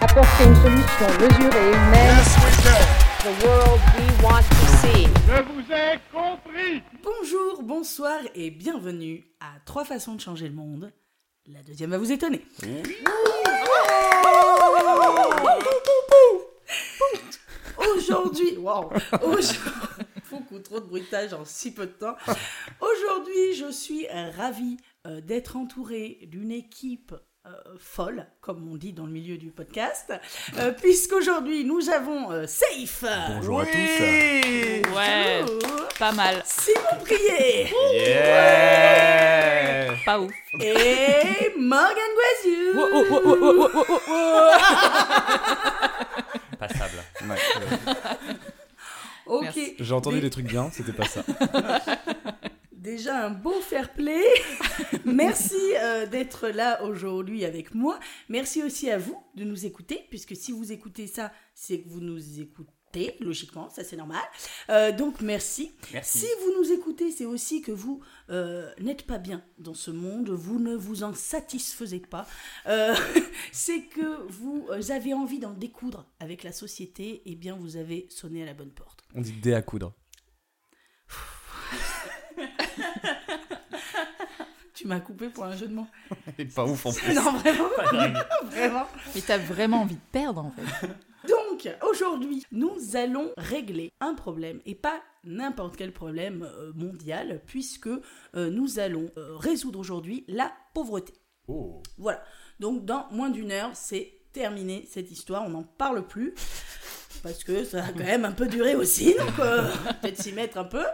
apporter une solution mesurée et humaine. The world we want to see. Je vous ai compris Bonjour, bonsoir et bienvenue à Trois façons de changer le monde. La deuxième va vous étonner. Aujourd'hui, wow, aujourd'hui- beaucoup trop de bruitage en si peu de temps. Aujourd'hui, je suis ravie euh, d'être entourée d'une équipe euh, folle, comme on dit dans le milieu du podcast, euh, puisqu'aujourd'hui nous avons euh, Safe, Bonjour à tous. Ouais, Bonjour. pas mal. Simon Prier Yeah Pas ouf. et Morgan Guaziou. Passable. Ouais, euh, Ok. Merci. J'ai entendu Dé- des trucs bien, c'était pas ça. Déjà un beau fair play. Merci euh, d'être là aujourd'hui avec moi. Merci aussi à vous de nous écouter, puisque si vous écoutez ça, c'est que vous nous écoutez, logiquement, ça c'est normal. Euh, donc merci. Si Merci. vous nous écoutez, c'est aussi que vous euh, n'êtes pas bien dans ce monde, vous ne vous en satisfaisez pas. Euh, c'est que vous euh, avez envie d'en découdre avec la société, et bien vous avez sonné à la bonne porte. On dit dé à coudre. Tu m'as coupé pour un jeu de mots. C'est pas ouf en Non, vraiment, vraiment. Mais t'as vraiment envie de perdre en fait. Donc, aujourd'hui, nous allons régler un problème, et pas n'importe quel problème euh, mondial, puisque euh, nous allons euh, résoudre aujourd'hui la pauvreté. Voilà. Donc, dans moins d'une heure, c'est terminé cette histoire, on n'en parle plus. Parce que ça a quand même un peu duré aussi, donc euh, peut-être s'y mettre un peu.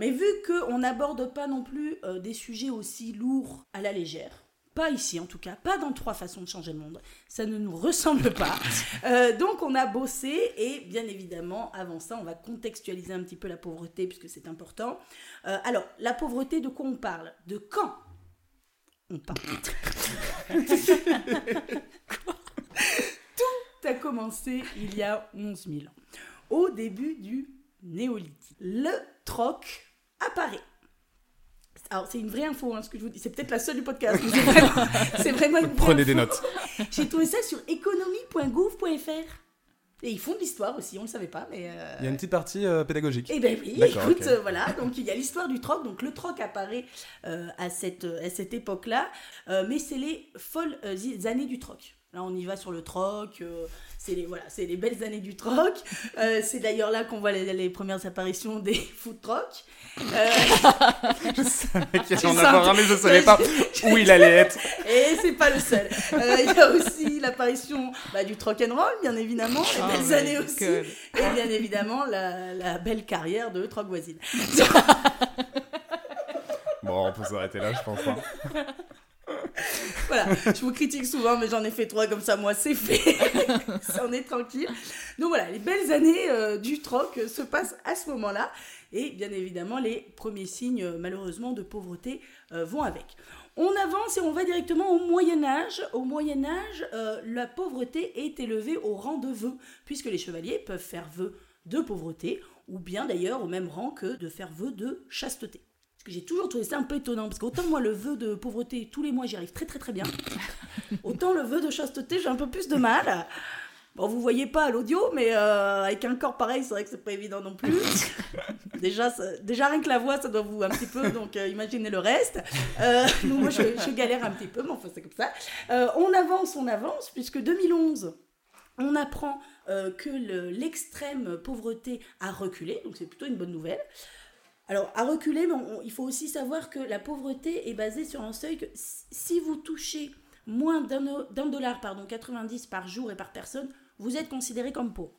Mais vu qu'on n'aborde pas non plus euh, des sujets aussi lourds à la légère, pas ici en tout cas, pas dans trois façons de changer le monde, ça ne nous ressemble pas. Euh, donc on a bossé et bien évidemment avant ça on va contextualiser un petit peu la pauvreté puisque c'est important. Euh, alors la pauvreté de quoi on parle De quand on parle Tout a commencé il y a 11 000 ans, au début du néolithique. Le troc apparaît. Alors c'est une vraie info hein, ce que je vous dis, c'est peut-être la seule du podcast. mais C'est vraiment, c'est vraiment une vraie Prenez des info. notes. J'ai trouvé ça sur économie.gouv.fr. Et ils font de l'histoire aussi, on le savait pas, mais. euh, Il y a une petite partie euh, pédagogique. Eh ben oui, D'accord, écoute, ok. euh, voilà, donc il y a l'histoire du troc, donc le troc apparaît euh, à cette, à cette époque-là, euh, mais c'est les folles euh, zi- années du troc. Là, on y va sur le troc, euh, c'est les, voilà, c'est les belles années du troc. Euh, c'est d'ailleurs là qu'on voit les, les premières apparitions des food troc. Euh, Il y en Tu a sens- pas un, mais je savais pas où il allait être. Et c'est pas le seul. Euh, Il y a aussi l'apparition bah, du troc and roll, bien évidemment, les Oh belles my années aussi. God. Et bien évidemment, la, la belle carrière de Troc Voisine. Bon, on peut s'arrêter là, je pense. hein. Voilà, je vous critique souvent, mais j'en ai fait trois comme ça, moi, c'est fait. ça, on est tranquille. Donc voilà, les belles années euh, du troc euh, se passent à ce moment-là. Et bien évidemment, les premiers signes, euh, malheureusement, de pauvreté euh, vont avec. On avance et on va directement au Moyen Âge. Au Moyen Âge, euh, la pauvreté est élevée au rang de vœu, puisque les chevaliers peuvent faire vœu de pauvreté, ou bien d'ailleurs au même rang que de faire vœu de chasteté. Parce que j'ai toujours trouvé ça un peu étonnant, parce qu'autant moi le vœu de pauvreté, tous les mois j'y arrive très très très bien, autant le vœu de chasteté j'ai un peu plus de mal. Bon, vous voyez pas à l'audio, mais euh, avec un corps pareil, c'est vrai que c'est pas évident non plus. déjà, ça- déjà rien que la voix, ça doit vous un petit peu, donc euh, imaginez le reste. Euh, donc moi je, je galère un petit peu, mais enfin c'est comme ça. Euh, on avance, on avance, puisque 2011, on apprend euh, que le- l'extrême pauvreté a reculé, donc c'est plutôt une bonne nouvelle. Alors, à reculer, mais on- on- il faut aussi savoir que la pauvreté est basée sur un seuil que si- si vous touchez moins d'un o- d'un dollar, pardon, 90 par jour et par personne, vous êtes considéré comme pauvre.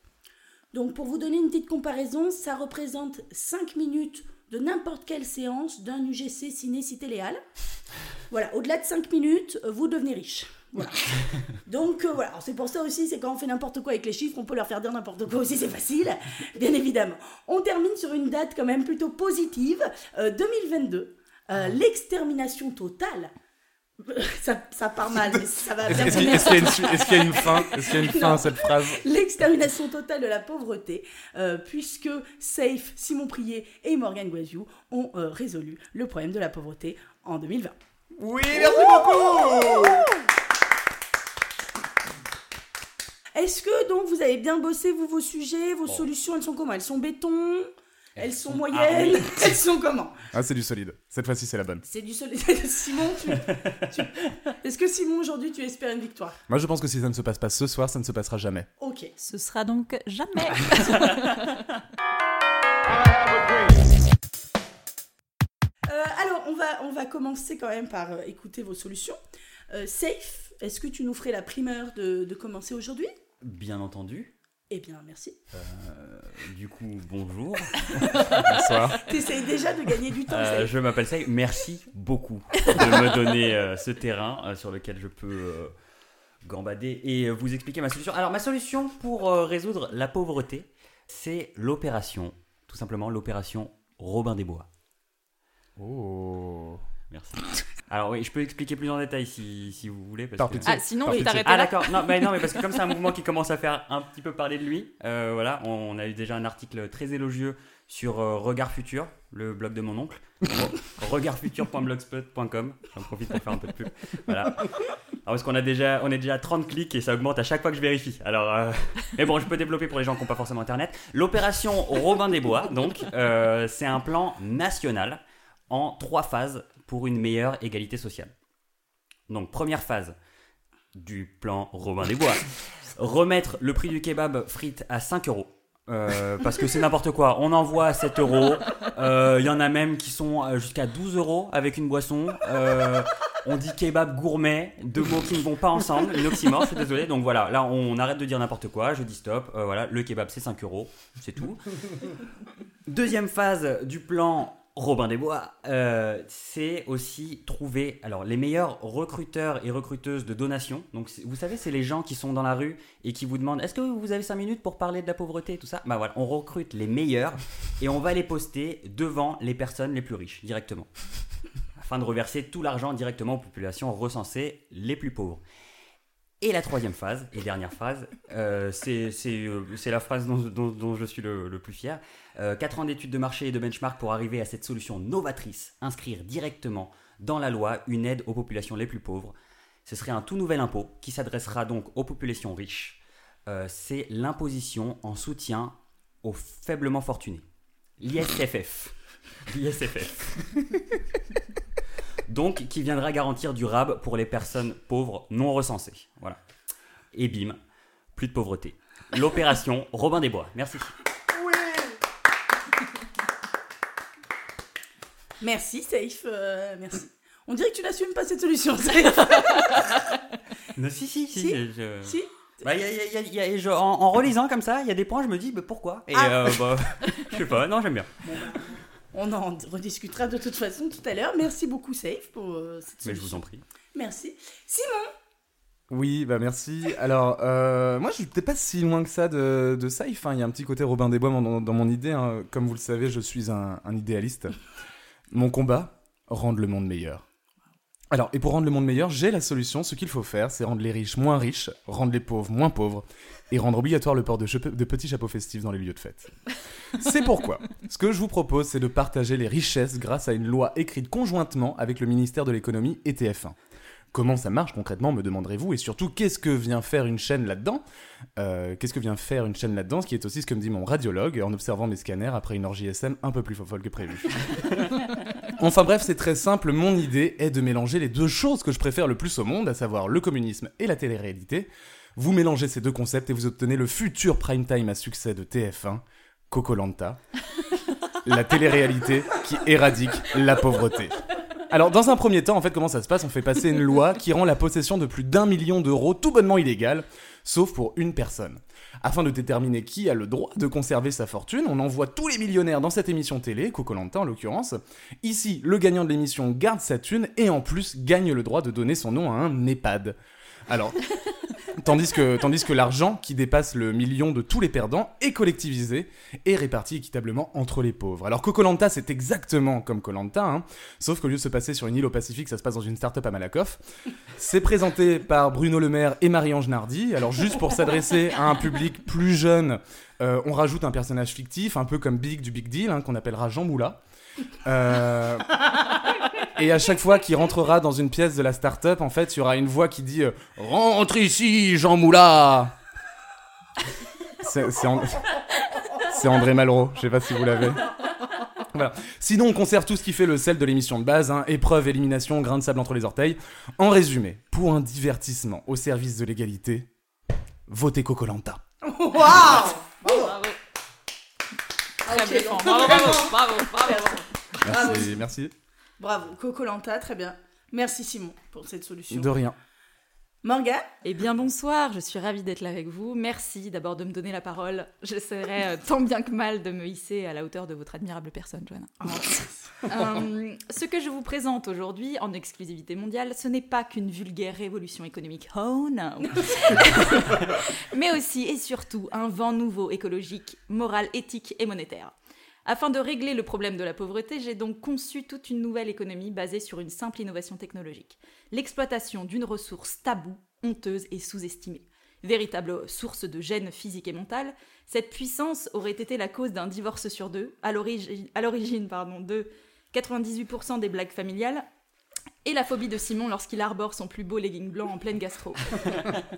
Donc, pour vous donner une petite comparaison, ça représente 5 minutes de n'importe quelle séance d'un UGC ciné cité Léal. Voilà, au-delà de 5 minutes, euh, vous devenez riche. Voilà. Donc euh, voilà, Alors, c'est pour ça aussi, c'est quand on fait n'importe quoi avec les chiffres, on peut leur faire dire n'importe quoi aussi, c'est facile, bien évidemment. On termine sur une date quand même plutôt positive, euh, 2022, euh, l'extermination totale. Ça, ça part mal, mais ça va bien Est-ce qu'il est-ce qu'il y, a une su- est-ce qu'il y a une fin Est-ce qu'il y a une fin à cette phrase l'extermination totale de la pauvreté, euh, puisque Safe, Simon Prier et Morgan Guaziou ont euh, résolu le problème de la pauvreté en 2020. Oui, merci beaucoup Eh Est-ce que donc vous avez bien bossé vous, vos sujets, vos solutions, elles sont comment Elles sont béton Elles, sont, moyennes Elles sont comment Ah, c'est du solide. Cette fois-ci, c'est la bonne. C'est du solide. Simon, tu, tu- est-ce que Simon aujourd'hui tu espères une victoire Moi, je pense que si ça ne se passe pas ce soir, ça ne se passera jamais. Ok. Ce sera donc jamais. Ah, I have a dream. Euh, alors on va on va commencer quand même par euh, écouter vos solutions. Euh, safe, est-ce que tu nous ferais la primeur de, de commencer aujourd'hui Bien entendu. Eh bien merci. Du coup, bonjour. Bonsoir. T'essayes déjà de gagner du temps. Euh, Safe. je m'appelle Saïd. Merci beaucoup de me donner euh, ce terrain euh, sur lequel je peux euh, gambader et euh, vous expliquer ma solution. Alors, ma solution pour euh, résoudre la pauvreté, c'est l'opération, tout simplement l'opération Robin des Bois. Oh. Merci. Alors, oui, je peux expliquer plus en détail si, si vous voulez. Parce Par que- pitié. Ah, sinon, Par tu pitié. t'arrêtes Ah là. d'accord, non mais non mais parce que comme c'est un mouvement qui commence à faire un petit peu parler de lui, euh, voilà, on a eu déjà un article très élogieux sur euh, Regard Futur, le blog de mon oncle, Re- regardfutur.blogspot.com. J'en profite pour faire un peu de pub. Voilà. Alors parce qu'on a déjà, on est déjà à 30 clics et ça augmente à chaque fois que je vérifie. Alors, euh, mais bon, je peux développer pour les gens qui n'ont pas forcément internet. L'opération Robin des Bois, donc, euh, c'est un plan national en trois phases pour une meilleure égalité sociale. Donc première phase du plan Robin des Bois. Remettre le prix du kebab frites à 5 euros. Euh, parce que c'est n'importe quoi. On envoie à 7 euros. Euh, Il y en a même qui sont euh, jusqu'à 12 euros avec une boisson. Euh, on dit kebab gourmet, deux mots qui ne vont pas ensemble, une oxymore, je suis désolé. Donc voilà, là on arrête de dire n'importe quoi, je dis stop. Euh, voilà, le kebab c'est 5 euros, c'est tout. Deuxième phase du plan Robin des Bois, euh, c'est aussi trouver alors les meilleurs recruteurs et recruteuses de donations. Donc c'est- vous savez, c'est les gens qui sont dans la rue et qui vous demandent est-ce que vous avez 5 minutes pour parler de la pauvreté et tout ça Bah voilà, on recrute les meilleurs et on va les poster devant les personnes les plus riches directement. Afin de reverser tout l'argent directement aux populations recensées les plus pauvres. Et la troisième phase, et dernière phase, euh, c'est c'est, euh, c'est la phrase dont, dont- dont je suis le- le plus fier. 4 Euh, ans d'études de marché et de benchmark pour arriver à cette solution novatrice, inscrire directement dans la loi une aide aux populations les plus pauvres. Ce serait un tout nouvel impôt qui s'adressera donc aux populations riches. Euh, C'est l'imposition en soutien aux faiblement fortunés. L'ISFF. L'ISFF. donc qui viendra garantir du RAB pour les personnes pauvres non recensées. Voilà. Et bim, plus de pauvreté. L'opération Robin des Bois. Merci. Merci Safe. euh, merci. On dirait que tu n'assumes pas cette solution. Safe. Non, si, si, si. Si. je- je- si. Bah, y a- y a- y a- y a- je- en, en relisant comme ça, il y a des points, je me dis, bah, pourquoi Et Ah. euh, bah, je sais pas, non, j'aime bien. On en rediscutera de toute façon tout à l'heure. Merci beaucoup, Safe, pour euh, cette Mais je vous solution. en prie. Merci. Simon, Oui, bah merci. Alors, euh, moi, je suis peut-être pas si loin que ça de, de Saïf. hein. Il y a un petit côté Robin des Bois dans, dans- dans mon idée. hein. Comme vous le savez, je suis un, un idéaliste. Mon combat, rendre le monde meilleur. Alors, et pour rendre le monde meilleur, j'ai la solution. Ce qu'il faut faire, c'est rendre les riches moins riches, rendre les pauvres moins pauvres, et rendre obligatoire le port de, chepe- de petits chapeaux festifs dans les lieux de fête. C'est pourquoi ce que je vous propose, c'est de partager les richesses grâce à une loi écrite conjointement avec le ministère de l'économie et TF1. Comment ça marche concrètement, me demanderez-vous, et surtout qu'est-ce que vient faire une chaîne là-dedans Euh, Qu'est-ce que vient faire une chaîne là-dedans Ce qui est aussi ce que me dit mon radiologue en observant mes scanners après une orgie SM un peu plus folle que prévu. enfin bref, c'est très simple, mon idée est de mélanger les deux choses que je préfère le plus au monde, à savoir le communisme et la télé-réalité. Vous mélangez ces deux concepts et vous obtenez le futur prime time à succès de TF1, Cocolanta, la télé-réalité qui éradique la pauvreté. Alors, dans un premier temps, en fait, comment ça se passe On fait passer une loi qui rend la possession de plus d'un million d'euros tout bonnement illégale, sauf pour une personne. Afin de déterminer qui a le droit de conserver sa fortune, on envoie tous les millionnaires dans cette émission télé, Cocolanta en l'occurrence. Ici, le gagnant de l'émission garde sa thune et en plus gagne le droit de donner son nom à un EHPAD. Alors, Tandis que, tandis que l'argent qui dépasse le million de tous les perdants est collectivisé et réparti équitablement entre les pauvres. Alors Cocolanta, c'est exactement comme Colanta, hein. sauf qu'au lieu de se passer sur une île au Pacifique, ça se passe dans une start-up à Malakoff. C'est présenté par Bruno Le Maire et Marie-Ange Nardi. Alors juste pour s'adresser à un public plus jeune, euh, on rajoute un personnage fictif, un peu comme Big du Big Deal, hein, qu'on appellera Jean Moula. Euh, et à chaque fois qu'il rentrera dans une pièce de la start-up, en fait, il y aura une voix qui dit euh, Rentre ici, Jean Moula C'est c'est An- c'est André Malraux, je sais pas si vous l'avez. Voilà. Sinon, on conserve tout ce qui fait le sel de l'émission de base, hein, épreuve, élimination, grain de sable entre les orteils. En résumé, pour un divertissement au service de l'égalité, votez Cocolanta. Waouh Bravo Bravo. Très Ok, bluffant. donc- Bravo, bravo, bravo, bravo. Ah, Merci, merci. Bravo, Cocolanta, très bien. Merci Simon pour cette solution. De rien. Morgane Eh bien bonsoir, je suis ravie d'être là avec vous. Merci d'abord de me donner la parole. J'essaierai euh, tant bien que mal de me hisser à la hauteur de votre admirable personne, Joanna. Euh, ce que je vous présente aujourd'hui en exclusivité mondiale, ce n'est pas qu'une vulgaire révolution économique, oh no, mais aussi et surtout un vent nouveau écologique, moral, éthique et monétaire. Afin de régler le problème de la pauvreté, j'ai donc conçu toute une nouvelle économie basée sur une simple innovation technologique l'exploitation d'une ressource taboue, honteuse et sous-estimée. Véritable source de gêne physique et mentale, cette puissance aurait été la cause d'un divorce sur deux, à l'origi- à l'origine pardon, de 98% des blagues familiales, et la phobie de Simon lorsqu'il arbore son plus beau legging blanc en pleine gastro.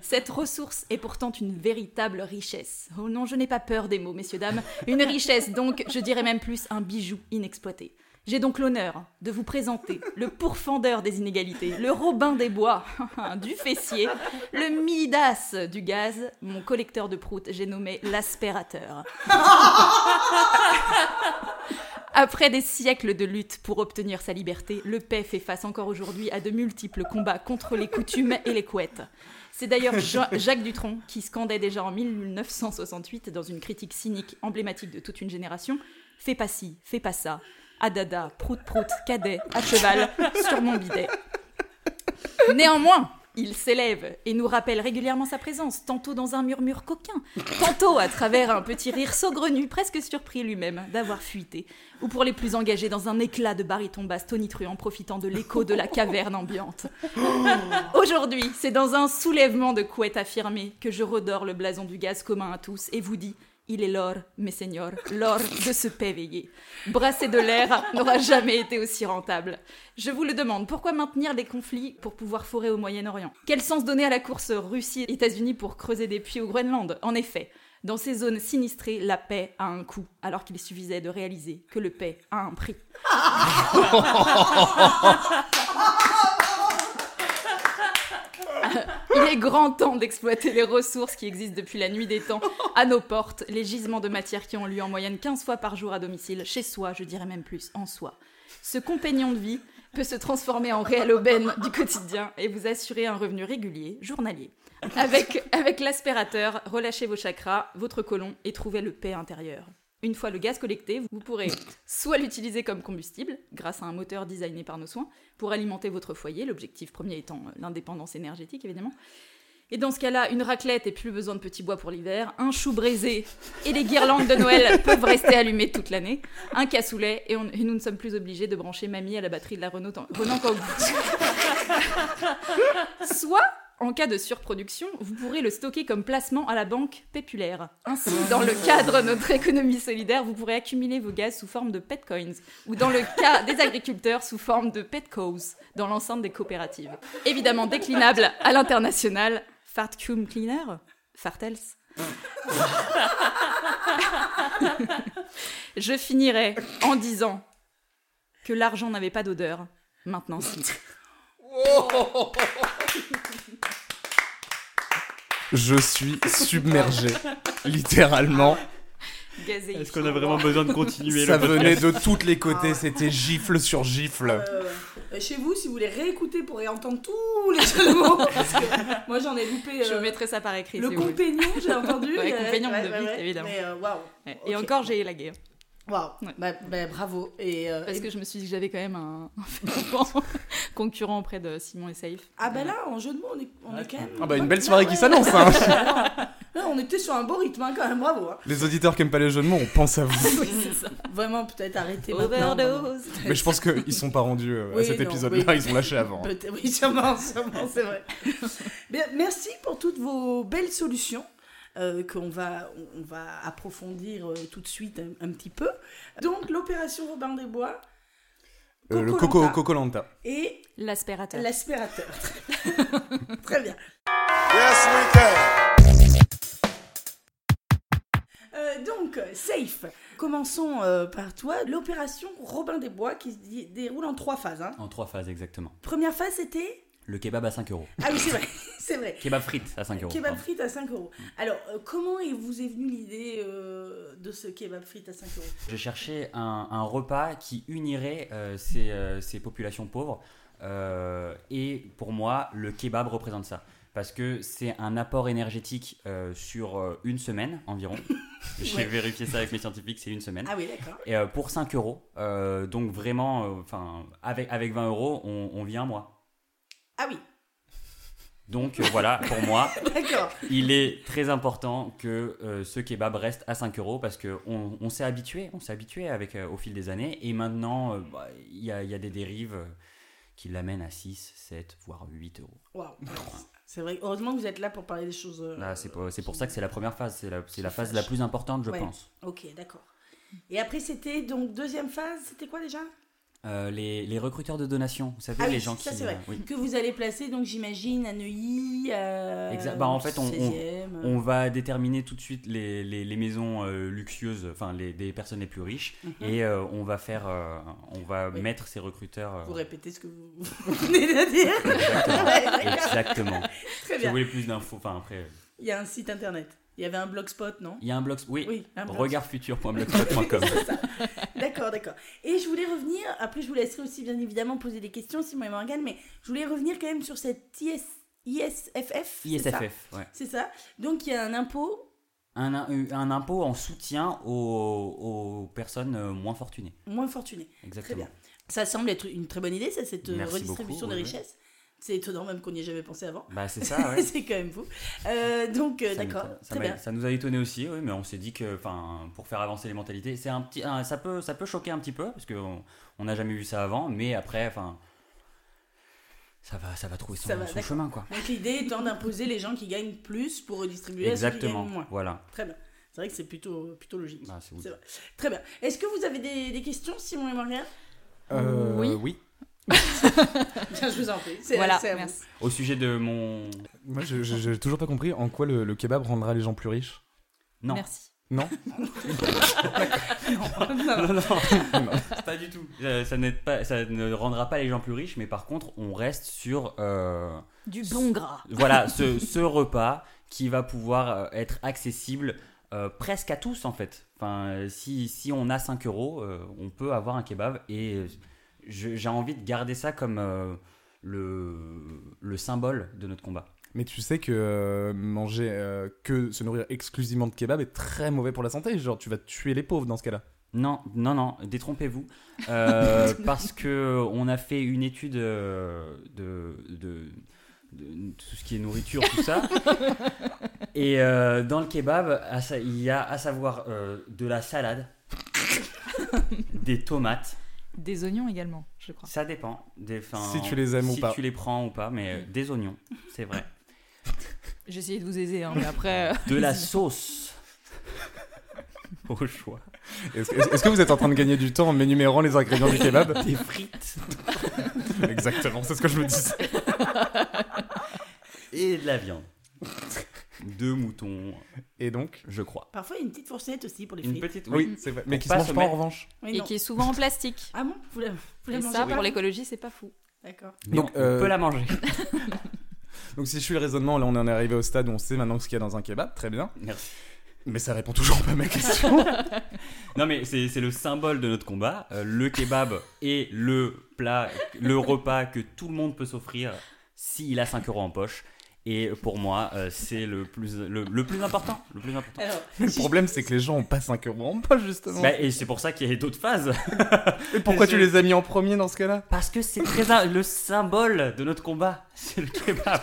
Cette ressource est pourtant une véritable richesse. Oh non, je n'ai pas peur des mots, messieurs, dames. Une richesse donc, je dirais même plus un bijou inexploité. J'ai donc l'honneur de vous présenter le pourfendeur des inégalités, le Robin des Bois du fessier, le Midas du gaz, mon collecteur de proutes, j'ai nommé l'aspirateur. Après des siècles de lutte pour obtenir sa liberté, le paix fait face encore aujourd'hui à de multiples combats contre les coutumes et les couettes. C'est d'ailleurs Ja- Jacques Dutronc qui scandait déjà en 1968 dans une critique cynique emblématique de toute une génération Fais pas ci, fais pas ça, à dada, prout prout, cadet, à cheval, sur mon bidet. Néanmoins, il s'élève et nous rappelle régulièrement sa présence, tantôt dans un murmure coquin, tantôt à travers un petit rire saugrenu, presque surpris lui-même d'avoir fuité, ou pour les plus engagés dans un éclat de baryton basse tonitruant profitant de l'écho de la caverne ambiante. Aujourd'hui, c'est dans un soulèvement de couette affirmé que je redors le blason du gaz commun à tous et vous dis il est l'or, mes seigneurs, l'or de se payer. Brasser de l'air n'aura jamais été aussi rentable. Je vous le demande, pourquoi maintenir les conflits pour pouvoir forer au Moyen-Orient Quel sens donner à la course Russie-États-Unis pour creuser des puits au Groenland En effet, dans ces zones sinistrées, la paix a un coût, alors qu'il suffisait de réaliser que le paix a un prix. Il est grand temps d'exploiter les ressources qui existent depuis la nuit des temps à nos portes, les gisements de matière qui ont lieu en moyenne 15 fois par jour à domicile, chez soi, je dirais même plus, en soi. Ce compagnon de vie peut se transformer en réelle aubaine du quotidien et vous assurer un revenu régulier, journalier. Avec, avec l'aspirateur, relâchez vos chakras, votre colon et trouvez le paix intérieur. Une fois le gaz collecté, vous pourrez soit l'utiliser comme combustible, grâce à un moteur designé par nos soins, pour alimenter votre foyer, l'objectif premier étant euh, l'indépendance énergétique évidemment, et dans ce cas-là, une raclette et plus besoin de petits bois pour l'hiver, un chou braisé et les guirlandes de Noël peuvent rester allumées toute l'année, un cassoulet et, on- et nous ne sommes plus obligés de brancher mamie à la batterie de la Renault en- Renault Kangoo. Soit, en cas de surproduction, vous pourrez le stocker comme placement à la banque populaire. Ainsi, dans le cadre de notre économie solidaire, vous pourrez accumuler vos gaz sous forme de petcoins ou dans le cas des agriculteurs sous forme de petcoes dans l'enceinte des coopératives évidemment déclinable à l'international. Fartcum Cleaner Fartels Je finirai en disant que l'argent n'avait pas d'odeur. Maintenant, si. Je suis submergé, littéralement. Gazé. Est-ce qu'on a vraiment besoin de continuer Ça le venait de tous les côtés, c'était gifle sur gifle. Euh, Chez vous, si vous voulez réécouter pour réentendre tous les jeux de mots, parce que moi j'en ai loupé. Je euh, mettrai ça par écrit. le si vous voulez. compagnon, j'ai entendu. euh, Ouais, il y a- compagnon de vie, évidemment. Mais euh, waouh, Ouais. Et Ok. encore, j'ai élagué. hein. waouh. Ouais. Bah, bah, bravo. Et, euh, Parce et- que je me suis dit que j'avais quand même un un fervent concurrent auprès de Simon et Safe. Ah bah là, en jeu de mots, on est, on est quand même. Ah bah une Là, belle soirée ouais, qui s'annonce. hein. Là, on était sur un beau rythme hein, quand même, bravo. hein. Les auditeurs qui aiment pas les jeux de mots, on pense à vous. Oui, c'est ça. Vraiment, peut-être arrêter maintenant. Overdose. Mais je pense qu'ils sont pas rendus euh, Oui, à cet non, épisode-là, oui. ils ont lâché avant. hein. Peut-être- oui, sûrement, sûrement, c'est vrai. Bien, merci pour toutes vos belles solutions. euh, qu'on va, on va approfondir euh, tout de suite un, un petit peu. Donc, l'opération Robin des Bois Euh, le Coco-Lanta. Coco Cocolanta. et L'aspirateur. l'aspirateur. Très bien. Yes, we can. euh, safe. Commençons euh, par toi. L'opération Robin des Bois qui se dé- déroule en trois phases. hein. En trois phases, exactement. Première phase, c'était. Le kebab à 5 euros. Ah oui, c'est vrai. c'est vrai. Kebab frites à 5 euros. Kebab pardon. frites à 5 euros. Alors, euh, comment est- vous est venue l'idée euh, de ce kebab frites à 5 euros Je cherchais un, un repas qui unirait euh, ces, euh, ces populations pauvres. euh, et pour moi, le kebab représente ça. Parce que c'est un apport énergétique euh, sur euh, une semaine environ. J'ai Ouais. vérifié ça avec mes scientifiques, c'est une semaine. Ah oui, d'accord. Et euh, pour 5 euros, euh, donc vraiment, euh, enfin, avec, avec 20 euros, on, on vit un mois. Ah oui, Donc euh, voilà, pour moi, d'accord. il est très important que euh, ce kebab reste à 5 euros parce qu'on on, on s'est habitué, on s'est habitué avec, euh, au fil des années. Et maintenant, euh, bah, il y, a, il y a des dérives euh, qui l'amènent à 6, 7, voire 8 euros. Waouh. C'est vrai. Heureusement que vous êtes là pour parler des choses. euh, Là, Ah, c'est pour, c'est pour ça que c'est la première phase, c'est la, c'est la Qui phase fâche. la plus importante, je Ouais. pense. Ok, d'accord. Et après, c'était donc deuxième phase, c'était quoi déjà Euh, les, les recruteurs de donations, vous savez, Ah les oui, gens ça, qui. c'est vrai. euh, oui. Que vous allez placer, donc j'imagine, à Neuilly. euh, Exact. Bah, en fait, on- on- 16e, euh, On va déterminer tout de suite les, les- les maisons euh, luxueuses, enfin les des personnes les plus riches, et euh, on va faire, euh, on va Mhm. Oui. mettre ces recruteurs. euh, Vous répétez ce que vous vous venez de dire. Ouais, d'accord. Exactement. Très si vous Eh bien. voulez plus d'infos, enfin après. euh, Il y a un site internet. Il y avait un blogspot, non Il y a un blog. Oui. Oui, un blogspot. Regardfutur.blogspot.com. D'accord, d'accord. Et je voulais revenir, après je vous laisserai aussi bien évidemment poser des questions, Simon et Morgane, mais je voulais revenir quand même sur cette IS, ISFF. c'est ça ISFF. ouais. C'est ça. Donc il y a un impôt Un, un- un impôt en soutien aux, aux personnes euh, moins fortunées. moins fortuné. Exactement. bien. Ça semble être une très bonne idée, ça, cette euh, Merci redistribution beaucoup, des oui, richesses. C'est étonnant même qu'on n'y ait jamais pensé avant. Bah c'est ça. Ouais. C'est quand même fou. Euh, donc euh, Ça d'accord, nous- ça très m'a- bien. ça nous a étonné aussi, oui, mais on s'est dit que, enfin, pour faire avancer les mentalités, c'est un petit, un- ça peut, ça peut choquer un petit peu parce qu'on on n'a jamais vu ça avant, mais après, enfin, ça va, ça va trouver son, Ça va, son d'accord. chemin, quoi. Donc l'idée étant d'imposer les gens qui gagnent plus pour redistribuer à ceux qui Exactement. gagnent moins. Voilà. Très bien. C'est vrai que c'est plutôt, plutôt logique. Ah, c'est ouf. C'est vrai. Très bien. Est-ce que vous avez des, des questions, Simon et Morgane Euh, Oui. Bien, je vous en prie. C'est- Voilà, c'est à vous. merci. Au sujet de mon, Moi, je- je- j'ai toujours pas compris en quoi le, le kebab rendra les gens plus riches. Non. Merci. Non non, non, pas du tout. Euh, ça, n'aide pas, ça ne rendra pas les gens plus riches, mais par contre, on reste sur euh, Du bon gras. voilà ce, ce repas qui va pouvoir euh, être accessible euh, presque à tous en fait. Enfin, euh, si, si on a 5 euros, euh, on peut avoir un kebab et euh, je- j'ai envie de garder ça comme euh, le, le symbole de notre combat. Mais tu sais que euh, manger euh, que se nourrir exclusivement de kebab est très mauvais pour la santé. Genre, tu vas tuer les pauvres dans ce cas-là. Non, non, non, détrompez-vous. Euh, parce que on a fait une étude euh, de, de- de tout ce qui est nourriture, tout ça. Et euh, dans le kebab, à sa- il y a à savoir euh, de la salade, des tomates, Des oignons également, je crois. ça dépend. Des, enfin, Si tu les aimes ou si pas. tu les prends ou pas, mais euh, des oignons, c'est vrai. J'ai essayé de vous aider, hein, mais après. euh, De la sauce. Au choix. Est-ce est-ce- est-ce que vous êtes en train de gagner du temps en énumérant les ingrédients du kebab Des frites. Exactement, c'est ce que je me disais. Et de la viande. Deux moutons, Et donc je crois. Parfois, il y a une petite fourchette aussi pour les Une frites. petite, Oui, c'est vrai. Mais Pour qui se pas mange se pas en mettre- revanche. Oui, Et non. qui est souvent en plastique. Ah bon Vous la, vous la Et mangez ça, pas pour l'écologie, c'est pas fou. D'accord. Donc, Donc, euh, on peut la manger. Donc si je suis le raisonnement, là on en est arrivé au stade où on sait maintenant ce qu'il y a dans un kebab, très bien. Merci. Mais ça répond toujours pas à ma question. Non, mais c'est c'est le symbole de notre combat. Euh, le kebab est le plat, le repas que tout le monde peut s'offrir s'il a 5 euros en poche. Et pour moi, euh, c'est le plus, le, le plus important. Le plus important. Alors, le si je- problème c'est que les gens ont pas 5 euros en poche justement. Bah, et c'est pour ça qu'il y a d'autres phases. Et pourquoi je- tu les as mis en premier dans ce cas-là Parce que c'est très im- le symbole de notre combat. C'est le kebab.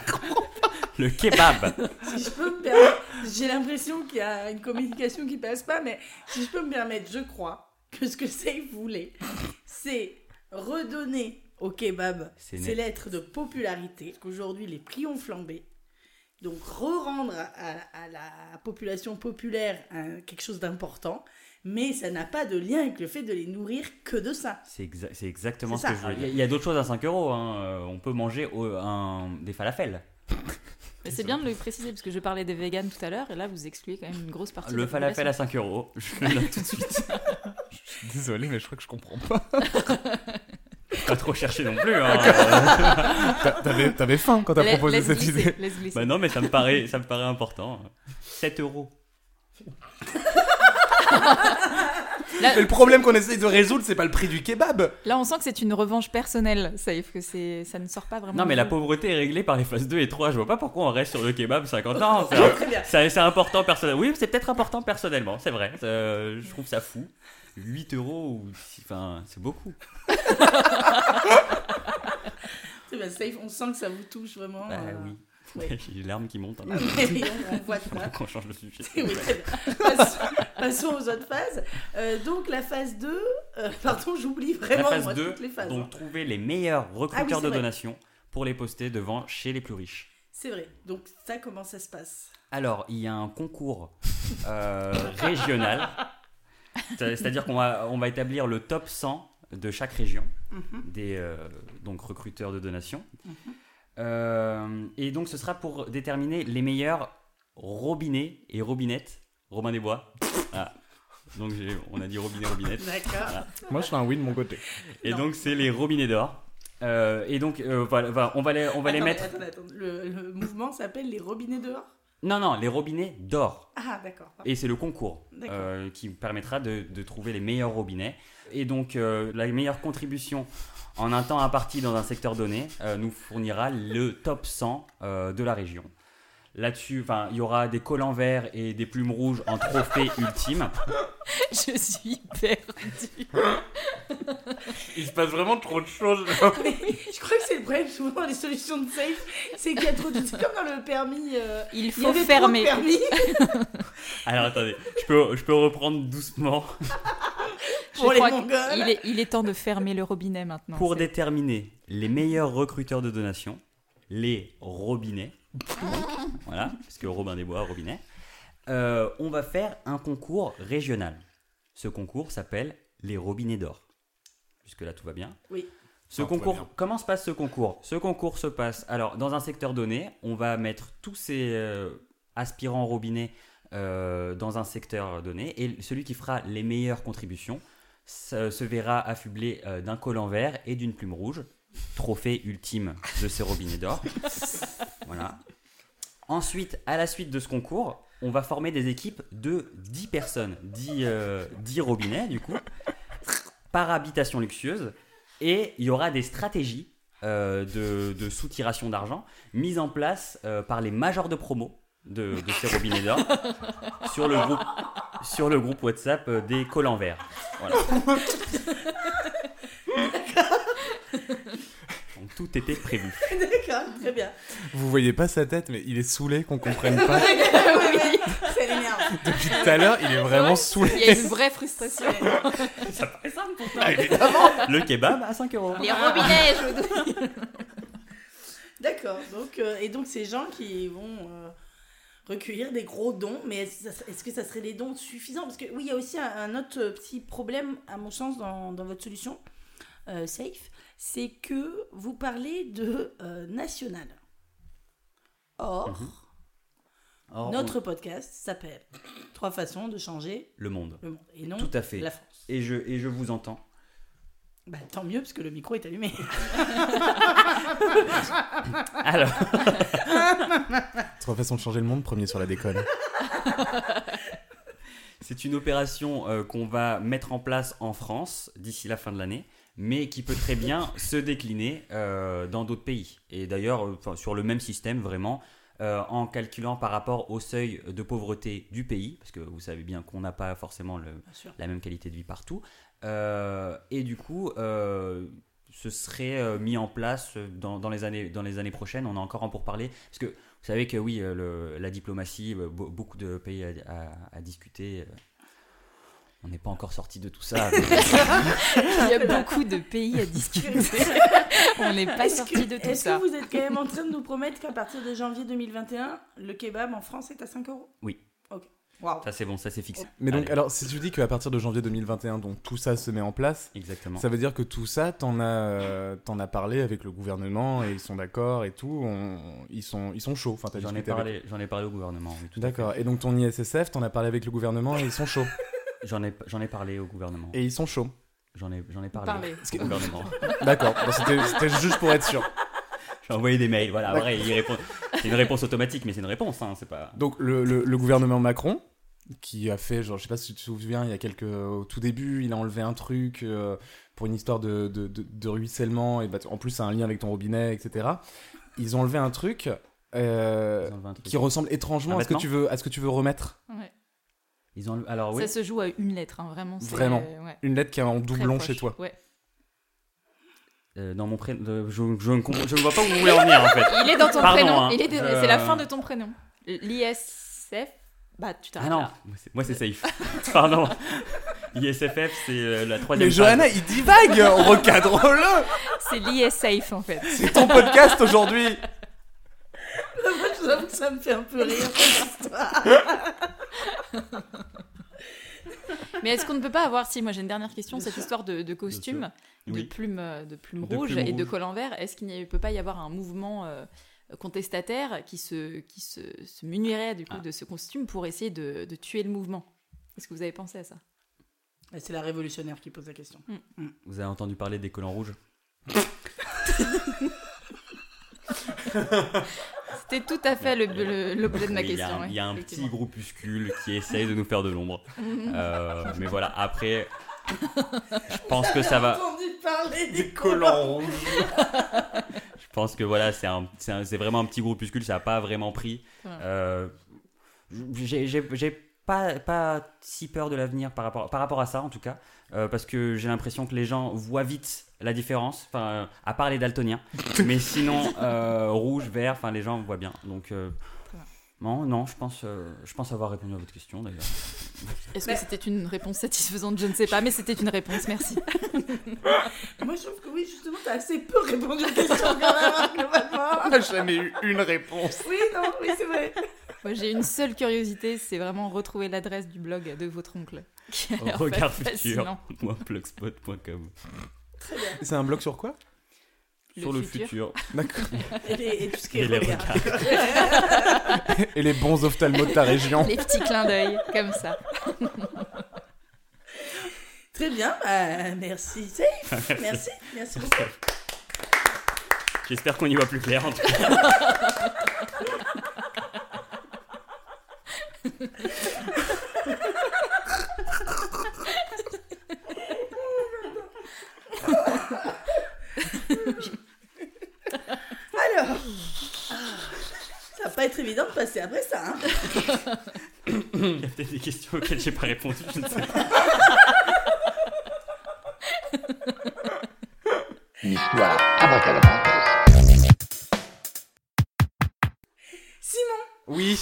Le kebab. si je peux me permettre, j'ai l'impression qu'il y a une communication qui passe pas, mais si je peux me permettre, je crois que ce que Safe voulait, c'est redonner au kebab C'est ses net. lettres de popularité, qu'aujourd'hui les prix ont flambé. Donc, re-rendre à, à la population populaire un- quelque chose d'important, mais ça n'a pas de lien avec le fait de les nourrir que de ça. C'est exa- c'est exactement C'est ce que ça. je voulais dire. Il y a- Il y a d'autres choses à 5 euros. hein. Euh, On peut manger au- un- des falafels. Mais c'est bien de le préciser parce que je parlais des véganes tout à l'heure et là vous excluez quand même une grosse partie. de Le la population. falafel à 5 euros, je le note tout de suite. Désolé, mais je crois que je comprends pas. Pas trop cherché non plus. hein. T'a- T'avais t'avais faim quand La- t'as proposé laisse cette glisser, idée. laisse glisser. bah non, mais ça me paraît, ça me paraît important. 7 euros. Mais le problème qu'on essaye de résoudre, c'est pas le prix du kebab. Là on sent que c'est une revanche personnelle, safe que c'est ça ne sort pas vraiment. Non, mais du- la pauvreté est réglée par les phases 2 et 3. Je vois pas pourquoi on reste sur le kebab 50. Non, c'est- Très bien. c'est c'est important personnellement. Oui, c'est peut-être important personnellement, c'est vrai. Euh, je trouve ça fou. 8 euros, ou six- enfin, c'est beaucoup. Très bien, Safe, on sent que ça vous touche vraiment. Bah euh, oui. ouais. J'ai les larmes qui montent. hein. Ah oui, on, on voit ça. Qu'on change de sujet. Oui, très bien. Passons, passons aux autres phases. Euh, donc la phase 2, euh, pardon, j'oublie La vraiment moi, phase 2, toutes les phases. donc hein. trouver les meilleurs recruteurs c'est de vrai. donations pour les poster devant chez les plus riches. C'est vrai. Donc ça, comment ça se passe Alors, il y a un concours euh, régional. C'est- C'est-à-dire qu'on va, on va établir le top 100 de chaque région, des euh, donc recruteurs de donations. Euh, et donc, ce sera pour déterminer les meilleurs robinets et robinettes. Robin des Bois. Ah. Donc, j'ai- on a dit robinet, robinette. D'accord. Moi, je fais un oui de mon côté. Et Non. donc, c'est les robinets d'or. Euh, et donc, euh, voilà, voilà, on va les, on va les Attendez, mettre. attendez, attendez. Le, le mouvement s'appelle les robinets dehors. Non, non, les robinets d'or. Ah d'accord. Et c'est le concours D'accord. euh, qui vous permettra de, de trouver les meilleurs robinets. Et donc, euh, la meilleure contribution en un temps imparti dans un secteur donné euh, nous fournira le top 100 euh, de la région. Là-dessus, enfin, il y aura des collants verts et des plumes rouges en trophée ultime. je suis perdue. Il se passe vraiment trop de choses. Je crois que c'est le problème souvent les solutions de safe, c'est qu'il y a trop de. C'est comme dans le permis. euh, Il il y faut avait trop de fermer. permis. Alors attendez, je peux, je peux reprendre doucement. Je Pour les crois Mongols. qu'il est, il est temps de fermer le robinet maintenant. Pour c'est- déterminer les meilleurs recruteurs de donations, les robinets, voilà, parce que Robin des Bois, robinet, euh, on va faire un concours régional. Ce concours s'appelle les robinets d'or. Jusque-là, tout va bien. Oui. Ce Non, tout va concours, bien. comment se passe ce concours Ce concours se passe, alors, dans un secteur donné, on va mettre tous ces euh, aspirants robinets euh, dans un secteur donné, et celui qui fera les meilleures contributions se, se verra affublé euh, d'un collant vert et d'une plume rouge, trophée ultime de ces robinets d'or. voilà. Ensuite, à la suite de ce concours, on va former des équipes de 10 personnes, 10, euh, 10 robinets du coup, par habitation luxueuse, et il y aura des stratégies euh, de, de soutiration d'argent mises en place euh, par les majors de promo de, de ces robinets d'or sur le groupe sur le groupe WhatsApp euh, des collants verts. Voilà. Donc tout était prévu. D'accord. Très bien. Vous voyez pas sa tête, mais il est saoulé qu'on comprenne pas. oui. Ça l'énerve. Depuis tout à l'heure, il est vraiment saoulé. Il y a une vraie frustration. Ça l'énerve. Ah, Le kebab à 5 euros. Les robinets, je vous dis. D'accord. Donc euh, et donc ces gens qui vont euh, recueillir des gros dons, mais est-ce est-ce que ça serait des dons suffisants Parce que oui, il y a aussi un, un autre euh, petit problème à mon sens dans, dans votre solution euh, safe, c'est que vous parlez de euh, national. Or, Or, Notre podcast s'appelle Trois façons de changer Le monde. le monde. Et non Tout à fait. la France. Et je, et je vous entends. Bah, tant mieux, parce que le micro est allumé. Alors, Trois façons de changer le monde, premier sur la déconne. c'est une opération euh, qu'on va mettre en place en France d'ici la fin de l'année, mais qui peut très bien se décliner euh, dans d'autres pays. Et d'ailleurs, euh, enfin, sur le même système, vraiment, euh, en calculant par rapport au seuil de pauvreté du pays, parce que vous savez bien qu'on n'a pas forcément le, Bien sûr. la même qualité de vie partout. Euh, et du coup, euh, ce serait euh, mis en place dans, dans les années, dans les années prochaines. On a encore en pour parler. Parce que vous savez que oui, euh, le- la diplomatie, euh, be- beaucoup de pays à, à- à discuter. euh, On n'est pas encore sorti de tout ça. mais- Il y a beaucoup de pays à discuter. On n'est pas Est-ce que, sorti de tout est-ce ça. que vous êtes quand même en train de nous promettre qu'à partir de janvier 2021, le kebab en France est à 5 euros Oui. Ok. Waouh. Ça, c'est bon, ça, c'est fixé. Mais donc, Allez, alors, si tu dis qu'à partir de janvier 2021, donc tout ça se met en place, Exactement. ça veut dire que tout ça, t'en as, euh, t'en as parlé avec le gouvernement et ils sont d'accord et tout, on- ils, sont, ils sont chauds. Enfin, t'as J'en ai, discuté avec- parlé, j'en ai parlé au gouvernement. oui, tout à D'accord. Et donc ton ISSF, t'en as parlé avec le gouvernement et ils sont chauds. fait. J'en ai, j'en ai parlé au gouvernement. Et ils sont chauds. J'en ai, j'en ai parlé. Parler. Au gouvernement. D'accord. Bon, C'était c'était juste pour être sûr. J'ai envoyé des mails, voilà, vrai, il répond. C'est une réponse automatique, mais c'est une réponse, hein, c'est pas. Donc le, le- le gouvernement Macron, qui a fait, genre, je sais pas si tu te souviens, il y a quelques, au tout début, il a enlevé un truc euh, pour une histoire de, de- de- de ruissellement, et bah, en plus c'est un lien avec ton robinet, etc. Ils ont enlevé un truc euh, Ils ont enlevé un truc. qui ressemble étrangement Un à ce que vêtement tu veux, à ce que tu veux remettre. Ouais. Ils ont... Alors Ah Ça oui, se joue à une lettre, hein, vraiment. c'est- Vraiment. ouais. Une lettre qui est Très en doublon proche. chez toi. Ouais. euh, dans mon prénom, je, je ne comprends- je ne vois pas où vous voulez en venir en fait. Il est dans ton Pardon, prénom. hein. il est dans- Euh, C'est la fin de ton prénom. L'ISF. Bah, tu t'arrêtes Ah non, là. moi, c'est- moi c'est safe. Pardon. ISFF, c'est euh, la troisième. Mais phrase. Johanna, il divague Recadre-le C'est l'ISF en fait. C'est ton podcast aujourd'hui Moi, je vous avoue que ça me fait un peu rire. Mais est-ce qu'on ne peut pas avoir, si moi j'ai une dernière question, cette histoire de, de costume, de, Oui. plumes, euh, de plumes De rouges plumes et de rouges. collants verts, est-ce qu'il ne peut pas y avoir un mouvement euh, contestataire qui se, qui se, se munirait du coup Ah. de ce costume pour essayer de, de tuer le mouvement Est-ce que vous avez pensé à ça Et C'est la révolutionnaire qui pose la question. Vous avez entendu parler des collants rouges C'était tout à fait le- le- l'objet de ma Oui, il y a question. un- ouais, Il y a un petit effectivement. groupuscule qui essaye de nous faire de l'ombre. Euh, mais voilà, après, je pense que ça va. entendu parler des rouges. Je pense que voilà, c'est un- c'est un- c'est vraiment un petit groupuscule, ça n'a pas vraiment pris. Ouais. Euh, j'ai- J'ai j'ai pas, pas si peur de l'avenir par rapport, par rapport à ça, en tout cas, euh, parce que j'ai l'impression que les gens voient vite la différence, enfin, euh, à part les daltoniens. mais sinon, euh, rouge, vert, enfin, les gens voient bien. Donc, euh, Très bien. non, non, je pense, euh, je pense avoir répondu à votre question d'ailleurs. Est-ce que c'était une réponse satisfaisante Je ne sais pas, mais c'était une réponse, merci. Moi, je trouve que oui, justement, t'as assez peu répondu aux questions quand même, hein, globalement. On n'a jamais eu une réponse. Oui, non, oui, c'est vrai. Moi j'ai une seule curiosité, c'est vraiment retrouver l'adresse du blog de votre oncle. qui a l'air Regard fascinant. futur, moi, blogspot.com. C'est un blog sur quoi Le Sur le futur. futur. D'accord. Et, les- et tout ce qui est Et les regard. Et les bons ophtalmos de ta région. Les petits clins d'œil, comme ça. Très bien, bah, merci. Safe. Merci, merci beaucoup. J'espère qu'on y voit plus clair en tout cas. Alors, ça va pas être évident de passer après ça. Hein. Il y a peut-être des questions auxquelles j'ai pas répondu, je ne sais pas. Voilà, abracadabra. Simon, Oui.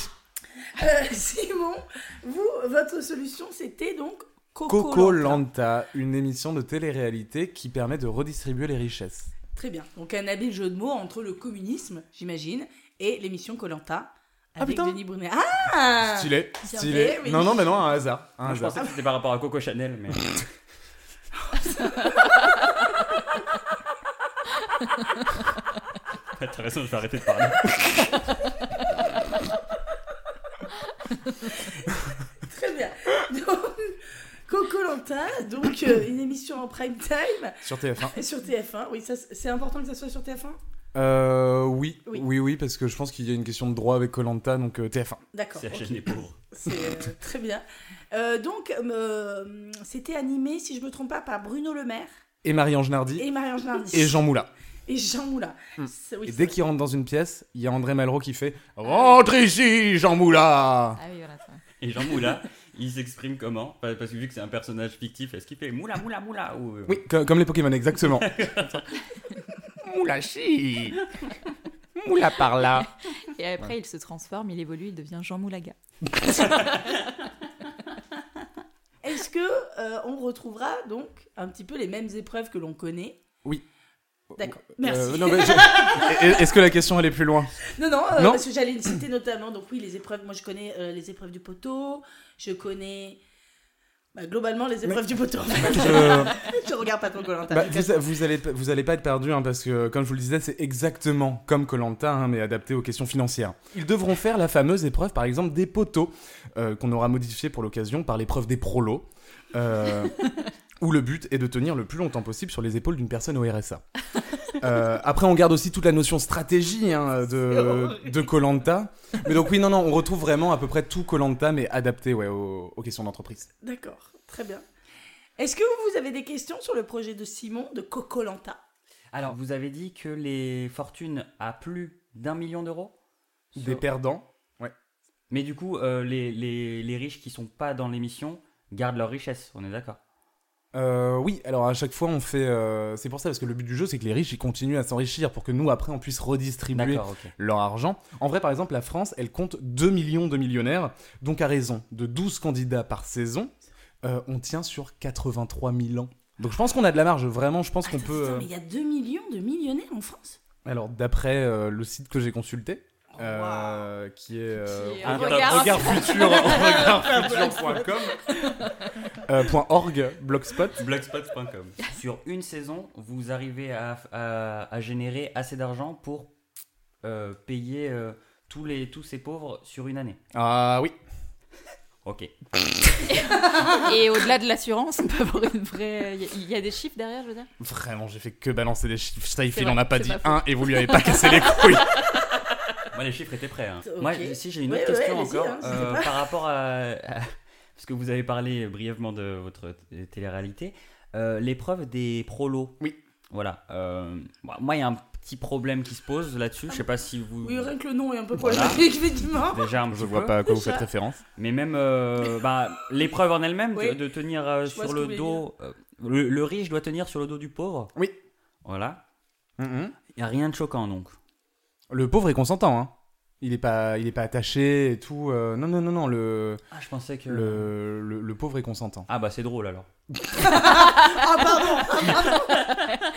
euh, Simon, vous, votre solution, c'était donc Coco. Coco Lanta, une émission de télé-réalité qui permet de redistribuer les richesses. Très bien. Donc un habile jeu de mots entre le communisme, j'imagine, et l'émission Colanta avec putain. Denis Brunet. Ah Stylé, Bien stylé. fait, oui. Non, non, mais non, un hasard. Un je hasard. pensais que c'était par rapport à Coco Chanel, mais. Ouais, T'as raison, je vais arrêter de parler. Très bien. Donc, Coco Lanta, donc euh, une émission en prime time Sur TF1. sur TF1. Oui, ça, c'est important que ça soit sur TF1 Euh, oui. Oui. oui, oui, parce que je pense qu'il y a une question de droit avec Colanta, donc euh, TF1. D'accord. C'est la ok. chaîne des pauvres. C'est euh, très bien. Euh, donc, euh, c'était animé, si je me trompe pas, par Bruno Le Maire Et Marie-Ange Nardi. Et... et Marie-Ange Nardi. Jean Moulin. Hmm. Et Jean Moulin. C'est- oui, Et c'est dès vrai. qu'il rentre dans une pièce, il y a André Malraux qui fait Rentre ici, Jean Moulin Ah oui, voilà. ça va. Et Jean Moula, il s'exprime comment Enfin, Parce que vu que c'est un personnage fictif, est-ce qu'il fait Moula, Moula, Moula ou... euh, Oui, co- comme les Pokémon, exactement. Moula chi Moula par là Et après, il se transforme, il évolue, il devient Jean Moulaga. Est-ce que euh, on retrouvera donc un petit peu les mêmes épreuves que l'on connaît Oui. D'accord. Euh, Merci. non, mais je- Est- Est-ce que la question allait plus loin Non, non, euh, Non. parce que j'allais le citer notamment, donc oui, les épreuves, moi je connais euh, les épreuves du poteau, je connais bah, globalement les épreuves du poteau. en fait. Je- je regarde pas trop Colanta. Bah, vous, vous allez pas- vous allez pas être perdu hein, parce que comme je vous le disais c'est exactement comme Colanta hein, mais adapté aux questions financières. Ils devront faire la fameuse épreuve par exemple des poteaux euh, qu'on aura modifiée pour l'occasion par l'épreuve des prolos. euh, où le but est de tenir le plus longtemps possible sur les épaules d'une personne au RSA. Euh, après, on garde aussi toute la notion stratégie hein, de de Colanta. Mais donc oui, non, non, on retrouve vraiment à peu près tout Colanta, mais adapté ouais, aux, aux questions d'entreprise. D'accord, très bien. Est-ce que vous avez des questions sur le projet de Simon de Cocolanta Alors, vous avez dit que les fortunes à plus d'un million d'euros Des perdants. Mais du coup, euh, les, les- les riches qui sont pas dans l'émission gardent leur richesse, on est d'accord Euh, oui, alors à chaque fois on fait. euh, c'est pour ça parce que le but du jeu c'est que les riches ils continuent à s'enrichir pour que nous après on puisse redistribuer D'accord, ok. leur argent. En vrai, par exemple, la France elle compte 2 millions de millionnaires, donc à raison de 12 candidats par saison, euh, on tient sur 83 000 ans. Donc je pense qu'on a de la marge, vraiment, je pense qu'on Attends, peut. putain, euh, mais il y a 2 millions de millionnaires en France Alors d'après euh, le site que j'ai consulté, Waouh. euh, qui est. euh, Qui, euh, un regarde. futur, regardfutur.com, euh, point .org, blogspot. Blogspot.com. Sur une saison, vous arrivez à, à- à générer assez d'argent pour euh, payer euh, tous, les, tous ces pauvres sur une année. Ah oui. Ok. Ah. Et au-delà de l'assurance, on peut avoir une vraie. Il y a- Il y a des chiffres derrière, je veux dire. Vraiment, j'ai fait que balancer des chiffres. Saïf, C'est il vrai, en a pas c'est dit pas faux. un et vous lui avez pas cassé les couilles. Moi, les chiffres étaient prêts. hein. Ok. Moi, j'ai- si j'ai une Ouais, autre ouais, question allez-y, encore hein, je sais euh, pas. par rapport à, à- Parce que vous avez parlé brièvement de votre t- télé-réalité. Euh, L'épreuve des prolos. Oui. Voilà. euh, bah, moi, il y a un petit problème qui se pose là-dessus. Je sais pas si vous. Oui, rien que le nom est un peu Voilà. problématique, effectivement. Déjà, un Je petit vois peu. pas à quoi vous faites référence. Mais même euh, bah, l'épreuve en elle-même, Oui. de, de tenir euh, Je vois ce sur que le vous voulez dos. euh, le, le riche doit tenir sur le dos du pauvre. Oui. Voilà. Mm-hmm. Il n'y a rien de choquant donc. Le pauvre est consentant, hein. Il est pas, il est pas attaché et tout. euh, non, non, non, non. Le, Ah, je pensais que. le, le, le pauvre est consentant. Ah, bah c'est drôle alors. Ah, pardon Ah,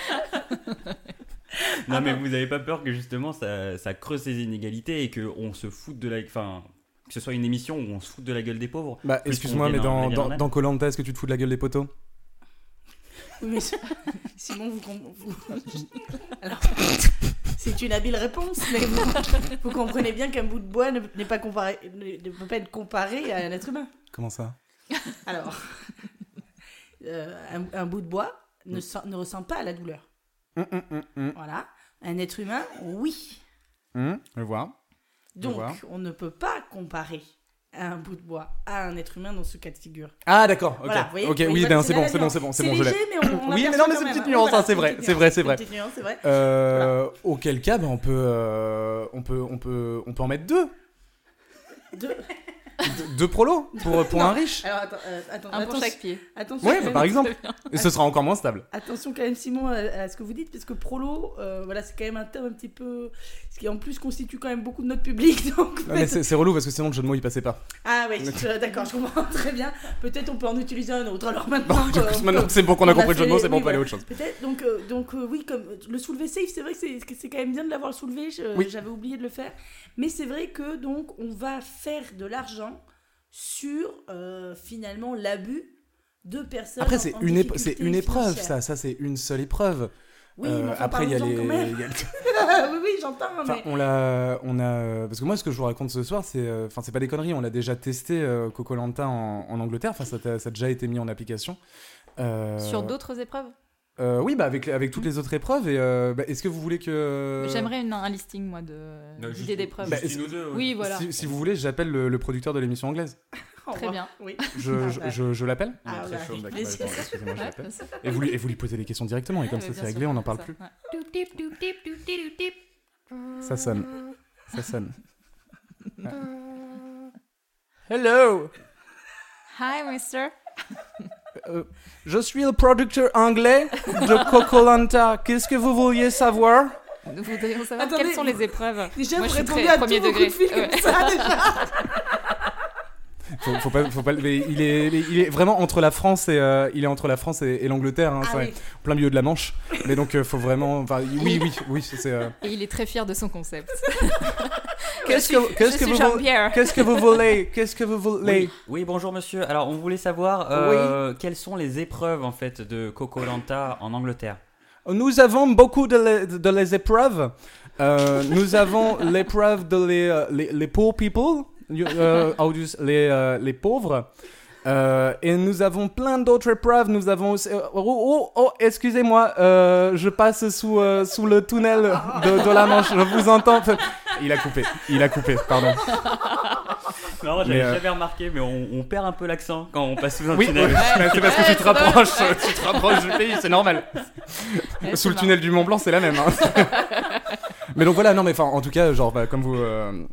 Non, mais vous avez pas peur que justement ça, ça creuse ces inégalités et qu'on se foute de la. Enfin, que ce soit une émission où on se fout de la gueule des pauvres. Bah, Plus excuse-moi, qu'on mais est dans- dans on est dans, dans la- dans Colanta, est-ce que tu te fous de la gueule des poteaux Oui, mais c'est- Simon, vous, com- vous- Alors, c'est une habile réponse, mais vous, vous comprenez bien qu'un bout de bois ne, n'est pas comparé, ne, ne peut pas être comparé à un être humain. Comment ça Alors, euh, un, un bout de bois ne, sent- ne ressent pas la douleur. Hum, hum, hum, hum, Voilà. Un être humain, oui. hum, Je vois. Donc, voir. on ne peut pas comparer un bout de bois à un être humain dans ce cas de figure. Ah d'accord. Ok. Voilà, vous voyez, ok. vous Oui, voyez, ben, voilà, c'est là bon, la c'est bon, nuance. c'est bon, c'est bon, je l'ai. léger, mais on, on Oui, mais l'aperçoit non, mais quand c'est une même, petite hein. nuance, Voilà, hein, c'est vrai, une c'est vrai, c'est nuance, vrai. une petite nuance, c'est vrai. Euh, Auquel cas, ben, on peut, euh, on peut, on peut, on peut en mettre deux, Deux- deux, deux prolos pour pour un riche. Alors attends, euh, attends, Euh, Un pour attention- chaque pied. attention, Ouais, quand bah, même- par exemple. Et ce sera encore moins stable. Attention quand même Simon à, à ce que vous dites, parce que prolo, euh, voilà, c'est quand même un terme un petit peu, ce qui en plus constitue quand même beaucoup de notre public. Donc, Non, Ah, mais c'est c'est relou parce que sinon le jeu de mots il passait pas. ah oui, je- d'accord, je comprends très bien. Peut-être on peut en utiliser un autre. Alors Bon, maintenant, du euh, coup, on maintenant peut- que c'est bon qu'on a compris le jeu de fait mots, les- c'est bon, on oui, peut aller à voilà. autre chose. Peut-être donc euh, donc euh, oui comme euh, le soulever safe, c'est vrai que c'est que c'est quand même bien de l'avoir soulevé. je- Oui. J'avais oublié de le faire, mais c'est vrai que donc on va faire de l'argent sur euh, finalement l'abus de personnes. Après, en- c'est en une, ép- difficulté c'est une épreuve, financière. ça. Ça, c'est une seule épreuve. Oui, Euh, mais enfin, après, il y a les. parlons-en quand même. Ah il y a- oui, oui, j'entends, mais. Enfin, on l'a, on a, parce que moi, ce que je vous raconte ce soir, c'est, euh, enfin, c'est pas des conneries. On l'a déjà testé euh, Cocolanta en, en Angleterre. Enfin, ça, t'a- ça a déjà été mis en application. Euh, Sur d'autres épreuves euh, Oui, bah avec avec toutes les autres épreuves. Et euh, bah, est-ce que vous voulez que Euh, J'aimerais une- un listing, moi, de d'idées d'épreuves. Bah, une ou deux. oui, voilà. Si, si vous voulez, j'appelle le, le producteur de l'émission anglaise. Au Très revoir. bien. Oui. Je, je, je- je l'appelle. Ah, ouais, avec D'accord, plaisir. bah, attends, excusez-moi, je bah. Ouais, l'appelle. ça- Et vous, lui- et vous lui posez des questions directement, et comme ouais, ça bien c'est réglé, sûr, on n'en parle ça, plus. ouais. Ça sonne. Ça sonne. Hello. Hi, mister. Je suis le producteur anglais de Cocolanta. Qu'est-ce que vous vouliez savoir Nous voudrions savoir Attendez, quelles sont les épreuves. Déjà, Moi, vous je suis répondez très à tous premier vos degré. coups de fil Ouais. comme ça, déjà. Faut, faut pas, faut pas le- mais il, est, mais il est vraiment entre la France et euh, il est entre la France et, et l'Angleterre, hein, Ah c'est oui. en plein milieu de la Manche. Mais donc euh, faut vraiment, enfin, oui, oui, oui, c'est. euh, Et il est très fier de son concept. Qu'est-ce que- Je suis- qu'est-ce je que suis vous- Jean-Pierre. qu'est-ce que vous voulez Qu'est-ce que vous voulez Oui, oui, bonjour monsieur. Alors, on voulait savoir euh, quelles sont les épreuves en fait de Cocolanta en Angleterre. Nous avons beaucoup de, les- de les épreuves. Euh, nous avons l'épreuve de les, euh, les, les poor people, you- euh, how do you s- les, euh, les pauvres. Euh, et nous avons plein d'autres épreuves. Nous avons aussi- euh, oh, oh, oh, excusez-moi, euh, je passe sous, euh, sous le tunnel de, de la Manche. Je vous entends. Il a coupé. Il a coupé. Pardon. Non, Mais, j'avais euh, jamais remarqué, mais on, on perd un peu l'accent quand on passe sous un Oui, tunnel. oui, mais c'est parce que tu te rapproches, tu te rapproches du pays, c'est normal. Ouais, Sous c'est le marrant. tunnel du Mont Blanc, c'est la même. hein. mais donc voilà, non, mais enfin, en tout cas, genre, bah, comme vous, euh,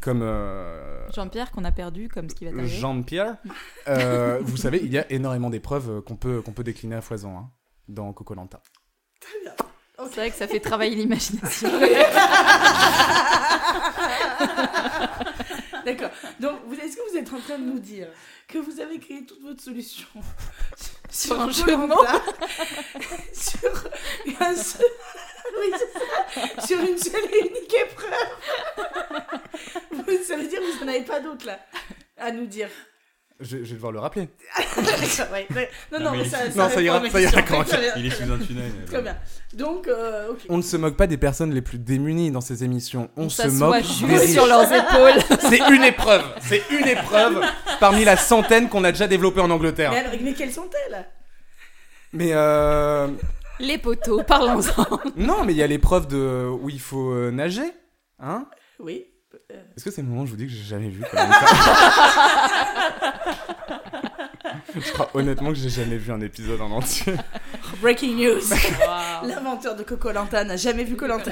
comme euh, Jean-Pierre qu'on a perdu comme ce qui va t'arriver. Jean-Pierre, euh, vous savez, il y a énormément d'épreuves qu'on peut qu'on peut décliner à foison hein, dans Cocolanta. C'est vrai que ça fait travailler l'imagination. D'accord. Donc, vous- est-ce que vous êtes en train de nous dire que vous avez créé toute votre solution Sur un jeu de Koh-Lanta, mots. sur, un seul- Oui, c'est ça. sur une seule et unique épreuve Oui, Ça veut dire que vous n'en avez pas d'autres, là, à nous dire. Je, je vais devoir le rappeler. D'accord, ouais, ouais. Non, non, Non, mais mais il- ça, non, ça répond ira, à ma ça ira, question. d'accord, Très bien, Il est sous un tunnel. Très bien. Donc, euh, ok. On ne se moque pas des personnes les plus démunies dans ces émissions. On se s'assoit moque des juste riches. sur leurs épaules. C'est une épreuve. C'est une épreuve parmi la centaine qu'on a déjà développée en Angleterre. Mais alors, mais quelles sont-elles Mais euh, Les poteaux, parlons-en. non, mais il y a l'épreuve de où il faut euh, nager, hein Oui. Est-ce que c'est le moment où je vous dis que j'ai jamais vu quand même ça Je crois honnêtement que j'ai jamais vu un épisode en entier. Breaking news. L'inventeur de Cocolanta n'a jamais vu Colanta.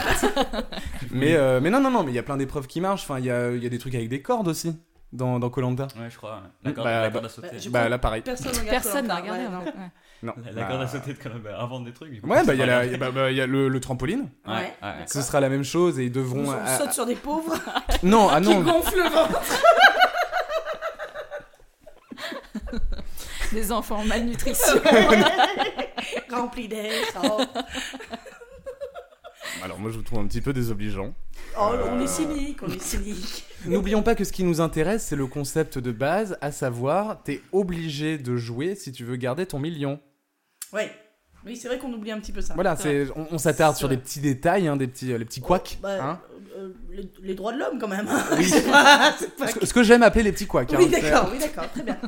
Mais euh, mais non non non, mais il y a plein d'épreuves qui marchent. Enfin, il y a il y a des trucs avec des cordes aussi dans dans Colanda. Ouais, je crois. ouais. La corde, Bah, la corde à sauter. bah, je- Bah là pareil. Personne ne regarde Personne n'a Koh-Lanta, regardé. ouais, non. hein. Ouais. Non. La, la Bah, corde à sauter de Colombe, avant des trucs. du coup, Ouais, bah c'est il y a pas la- grave. bah, bah, il y a le, le trampoline. Ouais, Ouais. ouais, ouais. Ce sera la même chose et ils devront. On ah, saute sur des pauvres ah, non, ah qui non. gonflent le ventre. Des enfants en malnutrition. Rempli d'air. Oh, Alors moi je vous trouve un petit peu désobligeant. Oh, on est cynique, on est cynique. N'oublions pas que ce qui nous intéresse, c'est le concept de base, à savoir, t'es obligé de jouer si tu veux garder ton million. Ouais. Oui, c'est vrai qu'on oublie un petit peu ça. Voilà, c'est, on, on s'attarde C'est sur vrai. des petits détails, hein, des petits, euh, les petits couacs. Bah, hein. euh, les, les droits de l'homme, quand même. hein. Oui. C'est pas- c'est pas- ce, que- ce que j'aime appeler les petits couacs. Oui, hein, c'est- d'accord, oui, d'accord, très bien.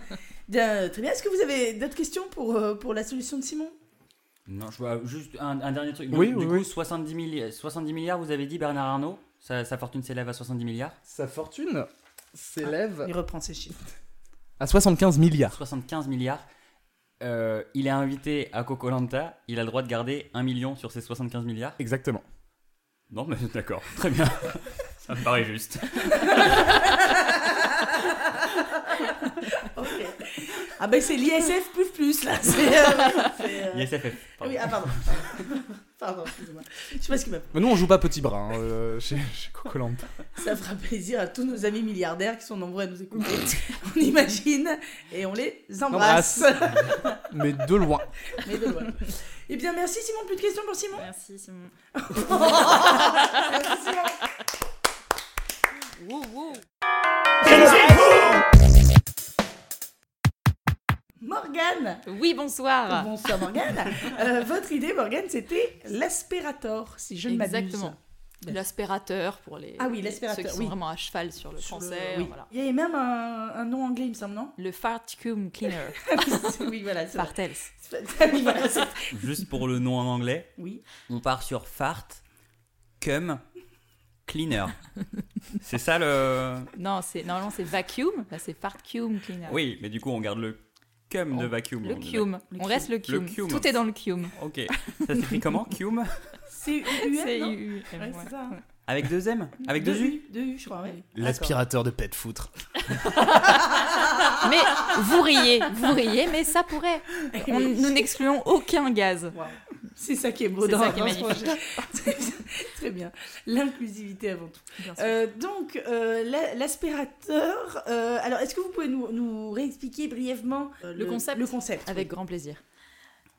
Bien, très bien. Est-ce que vous avez d'autres questions pour, euh, pour la solution de Simon Non, je vois juste un, un dernier truc. Du, Oui, du oui, coup, oui. 70, milli- 70 milliards, vous avez dit Bernard Arnault sa, sa fortune s'élève à 70 milliards Sa fortune s'élève Il reprend ses chiffres. Ah. à 75 milliards. 75 milliards. Euh, il est invité à Cocolanta, il a le droit de garder 1 million sur ses 75 milliards. Exactement. Non, mais d'accord, très bien. Ça me paraît juste. Ok. Ah ben c'est l'ISF plus plus là. C'est, euh, c'est, euh, ISFF. Oui, pardon. ah pardon. pardon. Pardon, excusez-moi. Je sais pas ce qui m'a. Mais nous, on joue pas petit bras hein, euh, chez, chez Cocolante. Ça fera plaisir à tous nos amis milliardaires qui sont nombreux à nous écouter. on imagine et on les embrasse. Mais de loin. Mais de loin. Eh bien merci Simon. Plus de questions pour Simon. Merci Simon. Merci Simon. Morgane Oui, bonsoir. Bonsoir Morgane Euh, Votre idée Morgane c'était l'aspirator, si je ne m'abuse. Exactement. L'aspirateur pour les Ah oui, l'aspirateur, ceux qui sont oui. vraiment à cheval sur le Sur le- français. oui. voilà. Il y avait même un, un nom anglais, il me semble, non Le farticum cleaner, Oui, voilà, c'est Bartels. vrai. Oui, voilà, c'est- Juste pour le nom en anglais, Oui. on part sur fart, cum, cleaner. C'est ça le. Non, c'est normalement c'est vacuum, là c'est farticum cleaner. Oui, mais du coup, on garde le cum de On- vacuum. Ah. Le on est cum, Le on reste le cum. cum. Tout est dans le cum. d'accord. Ok. Ça s'écrit comment Cum C'est C'est U-U-M, U- U- M, Ouais, ouais. c'est ça. Avec deux M Avec deux U Deux U, je crois, ouais. de pet foutre. Mais vous riez, vous riez, mais ça pourrait. D'accord. On- nous n'excluons aucun gaz. Wow. C'est ça qui est beau C'est dans ça qui est dans ce magnifique. projet. Très bien. Très bien. L'inclusivité avant tout. Bien sûr. Euh, donc, euh, la- l'aspirateur. euh, alors, est-ce que vous pouvez nous, nous réexpliquer brièvement euh, Le concept Le concept. Avec grand plaisir.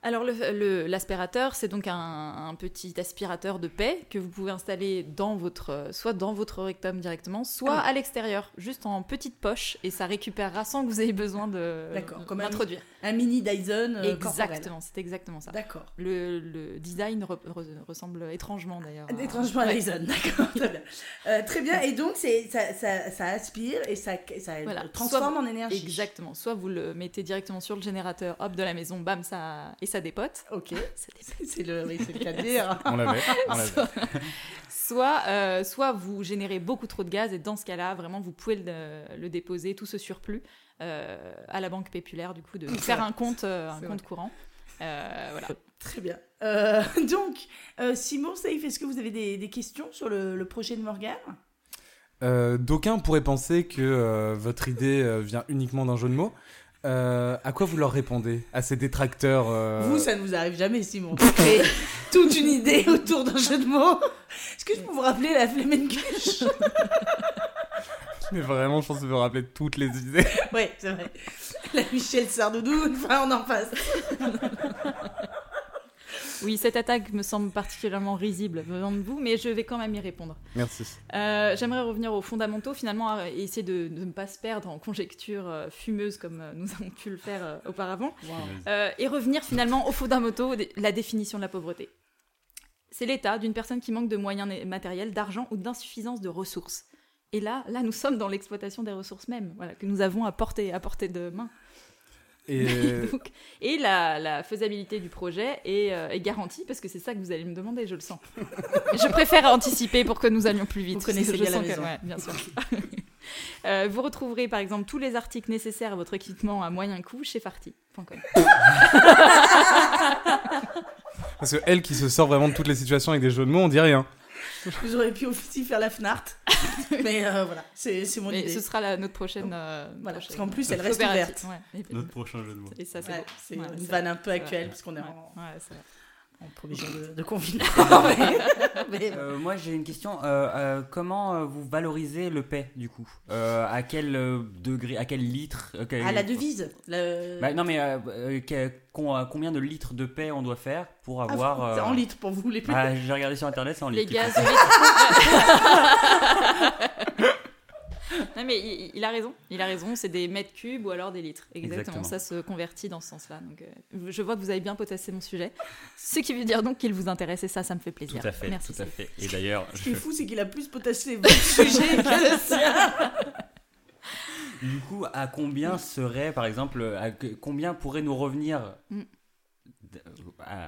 Alors le- le- l'aspirateur, c'est donc un, un petit aspirateur de paix que vous pouvez installer dans votre, euh, soit dans votre rectum directement, soit à l'extérieur, juste en petite poche, et ça récupérera sans que vous ayez besoin de D'accord, comme un- l'introduire. Un mini Dyson. euh, corporel. Exactement, c'est exactement ça. D'accord. Le, le design re- re- ressemble étrangement d'ailleurs. à- Étrangement à Ouais. Dyson, d'accord, très bien. Euh, très bien, et donc c'est- ça, ça, ça aspire et ça, ça Voilà. le transforme Soit- en énergie. Exactement. Soit vous le mettez directement sur le générateur, hop, de la maison, bam, ça et ça dépote. Ok, Ah, Ça dépote. c'est le, oui, c'est le cas de dire. On l'avait. On l'avait. Soit, euh, soit vous générez beaucoup trop de gaz et dans ce cas-là, vraiment, vous pouvez le, le déposer, tout ce surplus, euh, à la banque populaire, du coup, de faire un compte, euh, un C'est compte courant. Euh, voilà. Très bien. Euh, donc, euh, Simon, Saïf, est-ce que vous avez des, des questions sur le, le projet de Morgane Euh, D'aucuns pourraient penser que euh, votre idée euh, vient uniquement d'un jeu de mots. Euh, à quoi vous leur répondez À ces détracteurs euh, Vous, ça ne vous arrive jamais, Simon. Vous créez toute une idée autour d'un jeu de mots. Est-ce que je peux vous rappeler la flamencuche Mais vraiment, je pense que vous rappeler toutes les idées. Oui, c'est vrai. La Michel Sardoudou, enfin, on en passe. Oui, cette attaque me semble particulièrement risible venant de vous, mais je vais quand même y répondre. Merci. Euh, J'aimerais revenir aux fondamentaux, finalement, à- et essayer de, de ne pas se perdre en conjectures euh, fumeuses comme euh, nous avons pu le faire euh, auparavant. Euh, et revenir finalement au fond d'un moto, dé- la définition de la pauvreté. C'est l'état d'une personne qui manque de moyens né- matériels, d'argent ou d'insuffisance de ressources. Et là, là, nous sommes dans l'exploitation des ressources mêmes, voilà, que nous avons à portée, à portée de main. Et Donc, et la, la faisabilité du projet est, euh, est garantie, parce que c'est ça que vous allez me demander, je le sens. je préfère anticiper pour que nous allions plus vite. Vous connaissez parce que je bien sens la que- maison. ouais, bien sûr. Euh, vous retrouverez par exemple tous les articles nécessaires à votre équipement à moyen coût chez farty.com. parce que elle qui se sort vraiment de toutes les situations avec des jeux de mots, on dit rien. Vous auriez pu aussi faire la Fnart. Mais euh, voilà, c'est c'est mon Mais idée. ce sera la, notre prochaine. euh, Voilà, prochaine- parce qu'en plus, elle reste opérative. ouverte. Ouais, et- Notre prochain jeu de mots. et ça, c'est Ouais, bon. c'est Ouais, une c'est vanne un peu vrai. actuelle, parce qu'on est Ouais, en, ouais, c'est vrai. en premier jour de, de confinement. mais, mais- Euh, moi j'ai une question. Euh, euh, comment euh, vous valorisez le paix du coup Euh, À quel euh, degré, à quel litre euh, quel- à la devise. le- Bah, Non mais euh, euh, que- con- euh, combien de litres de paix on doit faire pour Ah, avoir c'est euh, en litres pour vous, les plus. bah, J'ai regardé sur internet, c'est en Les litres. gaz. non mais il, il a raison, il a raison, c'est des mètres cubes ou alors des litres. Exactement, Exactement. ça se convertit dans ce sens-là. Donc euh, je vois que vous avez bien potassé mon sujet, ce qui veut dire donc qu'il vous intéresse et ça, ça me fait Tout plaisir. à fait, Merci. tout à fait. Et d'ailleurs, Ce je- qui est fou, c'est qu'il a plus potassé votre sujet que le sien. du coup, à Mm. combien serait, par exemple, à que- combien pourrait nous revenir Mm. d- euh, à-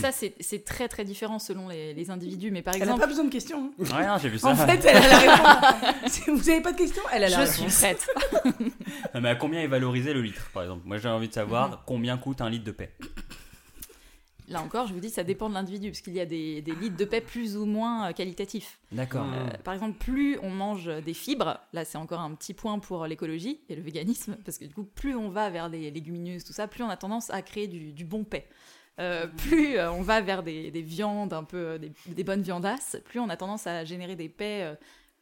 Ça c'est c'est très très différent selon les, les individus, mais par Elle n'a exemple, pas besoin de questions. hein. Ouais, non, j'ai vu ça. En fait, elle a la réponse. Si vous n'avez pas de questions Elle a la je réponse. suis prête. Non, mais à combien est valorisé le litre, par exemple Moi, j'ai envie de savoir Mm. combien coûte un litre de paix. Là encore, je vous dis, ça dépend de l'individu, parce qu'il y a des, des litres de paix plus ou moins euh, qualitatifs. D'accord. Mm. Euh, par exemple, plus on mange des fibres, là c'est encore un petit point pour l'écologie et le véganisme, parce que du coup, plus on va vers les légumineuses, tout ça, plus on a tendance à créer du, du bon paix. Euh, plus euh, on va vers des, des viandes un peu, euh, des, des bonnes viandasses, plus on a tendance à générer des paix euh,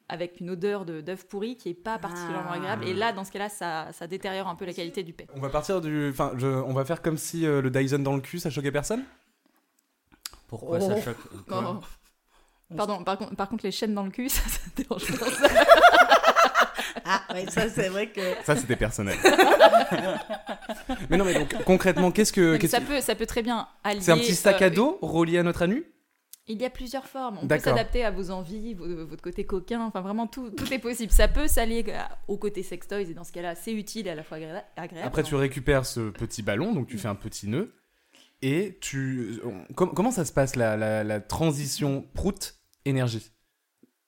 avec une odeur de- d'œuf pourri qui est pas particulièrement Ah. agréable. Et là, dans ce cas-là, ça, ça détériore un peu la qualité du paix. On va partir du. Enfin, je- on va faire comme si euh, le Dyson dans le cul, ça choquait personne Pourquoi Oh. ça choque euh, Oh. Pardon, par, contre- par contre, les chaînes dans le cul, ça, ça dérange pas. Ah, ouais, ça, c'est vrai que. Ça, c'était personnel. mais non, mais donc, concrètement, qu'est-ce que. Mais qu'est-ce ça, que- peut, ça peut très bien allier. C'est un petit sac euh, à dos relié à notre anus Il y a plusieurs formes. On peut D'accord. s'adapter à vos envies, vo- votre côté coquin. Enfin, vraiment, tout, tout est possible. Ça peut s'allier à- au côté sextoys. Et dans ce cas-là, c'est utile et à la fois agré- agréable. Après, tu récupères ce petit ballon, donc tu fais un petit nœud. Et tu. on- com- comment ça se passe la, la- la transition prout-énergie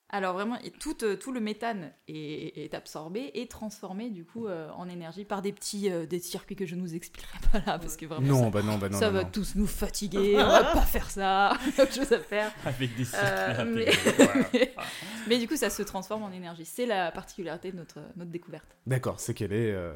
Alors, vraiment, et tout, euh, tout le méthane est, est absorbé et transformé, du coup, euh, en énergie par des petits euh, des circuits que je ne vous expliquerai pas là. Parce que vraiment, Non, ça, bah non, bah non. ça non, va non. tous nous fatiguer. on va pas faire ça. Il y a autre chose à faire. Avec des circuits Euh, mais... intégrés. mais du coup, ça se transforme en énergie. C'est la particularité de notre, notre découverte. D'accord, c'est qu'elle est euh,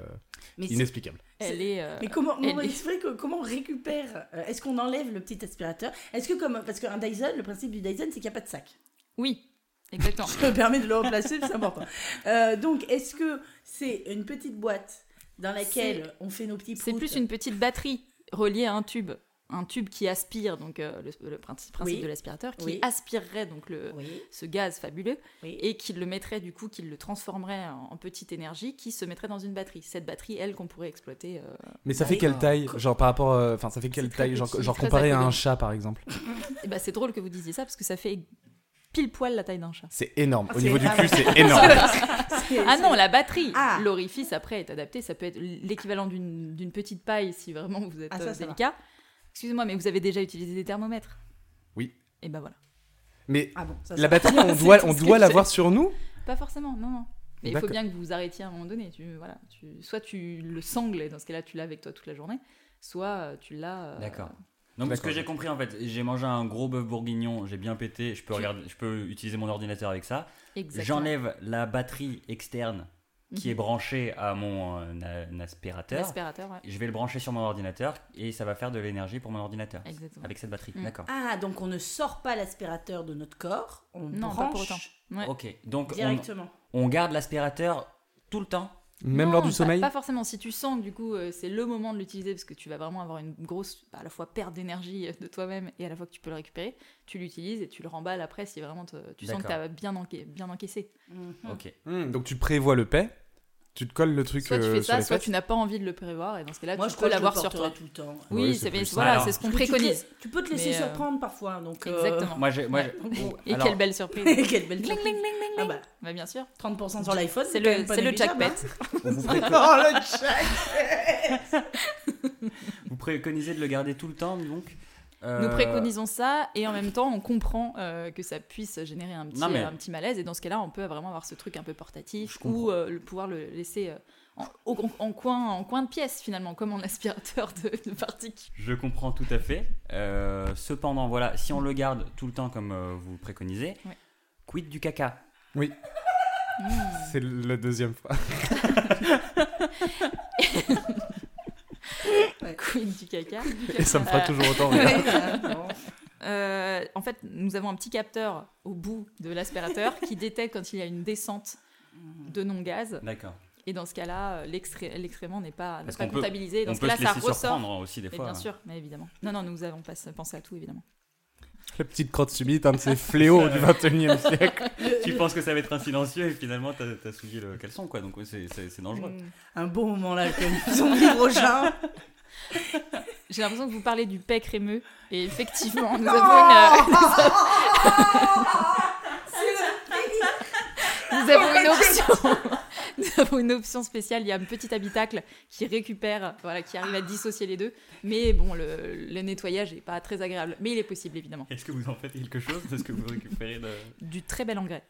Mais, c'est- inexplicable. Elle est. euh, mais comment, elle non, mais est- c'est vrai que comment on récupère Euh, Est-ce qu'on enlève le petit aspirateur Est-ce que comme parce qu'un Dyson, le principe du Dyson, c'est qu'il n'y a pas de sac. Oui, exactement. Je me permets de le remplacer, c'est important. Euh, donc, est-ce que c'est une petite boîte dans laquelle on fait nos petits C'est plus une petite batterie reliée à un tube. Un tube qui aspire, donc euh, le, le principe, principe Oui. de l'aspirateur, qui Oui. aspirerait donc le, Oui, ce gaz fabuleux oui. et qui le mettrait du coup, qui le transformerait en, en petite énergie qui se mettrait dans une batterie. Cette batterie, elle, qu'on pourrait exploiter. euh, Mais ça fait Oui. quelle taille Genre par rapport. euh, Enfin, ça fait quelle C'est très taille Genre, petit, genre très comparé à un académique. chat par exemple. Eh ben, c'est drôle que vous disiez ça parce que ça fait pile poil la taille d'un chat. C'est énorme. Au c'est niveau du énorme. cul, c'est énorme. Ah non, la batterie Ah. L'orifice après est adapté, ça peut être l'équivalent d'une d'une petite paille si vraiment vous êtes Ah, ça, euh, ça va. délicat. Excusez-moi, mais vous avez déjà utilisé des thermomètres Oui. Et ben voilà. Mais Ah bon, ça, la batterie, on C'est doit, tout on ce que doit je l'avoir sur nous Pas forcément, non, non. Mais il faut D'accord. bien que vous vous arrêtiez à un moment donné. Tu, voilà, tu, soit tu le sangles, et dans ce cas-là, tu l'as avec toi toute la journée, soit euh, tu l'as. euh, D'accord. Donc ce D'accord. que j'ai compris en fait, j'ai mangé un gros bœuf bourguignon, j'ai bien pété, je peux, Tu- regarder, je peux utiliser mon ordinateur avec ça. Exactement. J'enlève la batterie externe qui Mhm. est branchée à mon euh, na- aspirateur. L'aspirateur, ouais. Je vais le brancher sur mon ordinateur et ça va faire de l'énergie pour mon ordinateur. Exactement. Avec cette batterie, Mm. d'accord. Ah, donc on ne sort pas l'aspirateur de notre corps, on Non, branche pas pour autant. Ouais. Ok, donc on, directement. on garde l'aspirateur tout le temps. Même Non, lors du pas- sommeil Pas forcément. Si tu sens que du coup, euh, c'est le moment de l'utiliser parce que tu vas vraiment avoir une grosse, à la fois perte d'énergie euh, de toi-même et à la fois que tu peux le récupérer, tu l'utilises et tu le remballes après si vraiment te- tu sens que tu D'accord. as bien, enca- bien encaissé. Mhm. Ok. Hmm, Donc tu prévois le paix, tu te colles le truc Soit tu euh, fais sur ça, les soit fesses. tu n'as pas envie de le prévoir et dans ce cas-là, Moi, tu je peux crois que je le l'avoir sur toi. porterai tout le temps. Oui, Ouais, c'est c'est bien- plus ça. voilà, Alors, c'est ce qu'on Parce que tu te préconise. lais- Tu peux te laisser Mais, euh, surprendre parfois, donc. euh, Exactement. Moi, j'ai, moi, j'ai- Et Alors, quelle belle surprise. Quelle belle Gling, surprise. gling, gling, Ah gling. bah, Bah, bien sûr. 30% sur l'iPhone, C'est quand le, même pas c'est le négligeable, jackpot. hein. on vous, pré- Oh, le jackpot vous préconisez de le garder tout le temps, donc Euh, Nous préconisons ça et en même temps on comprend euh, que ça puisse générer un petit, Non, mais- un petit malaise et dans ce cas-là on peut vraiment avoir ce truc un peu portatif Je comprends. ou euh, le, pouvoir le laisser euh, en, au- en coin, en coin de pièce finalement comme en aspirateur de, de particules. Je comprends tout à fait. Euh, cependant, voilà, si on le garde tout le temps comme euh, vous le préconisez, Ouais. quid du caca C'est la deuxième fois. Quid du caca. Et ça me fera Euh, toujours autant hein. rire. D'accord. Euh, en fait nous avons un petit capteur au bout de l'aspirateur qui détecte quand il y a une descente de non-gaz D'accord. et dans ce cas-là euh, l'extré- l'excrément n'est pas, n'est Parce pas qu'on peut- comptabilisé. Dans On ce peut cas-là se ça laisser ressort. surprendre aussi des Mais fois. hein. bien sûr, mais évidemment. Non, non, nous avons pas pensé à tout, évidemment. La petite crotte subite, un de ces fléaux du 21 e siècle. Tu penses que ça va être un silencieux et finalement t'as t'as souillé le caleçon, quoi. Donc ouais, c'est- c'est c'est dangereux. Mm. Un beau moment là, comme ils ont vivre au chat. J'ai l'impression que vous parlez du paix crémeux. Et effectivement, nous avons euh, une, nous avons une option. nous avons une option spéciale. Il y a un petit habitacle qui récupère, voilà, qui arrive à dissocier les deux. Mais bon, le, le nettoyage n'est pas très agréable. Mais il est possible, évidemment. Est-ce que vous en faites quelque chose de ce que vous récupérez de... Du très bel engrais.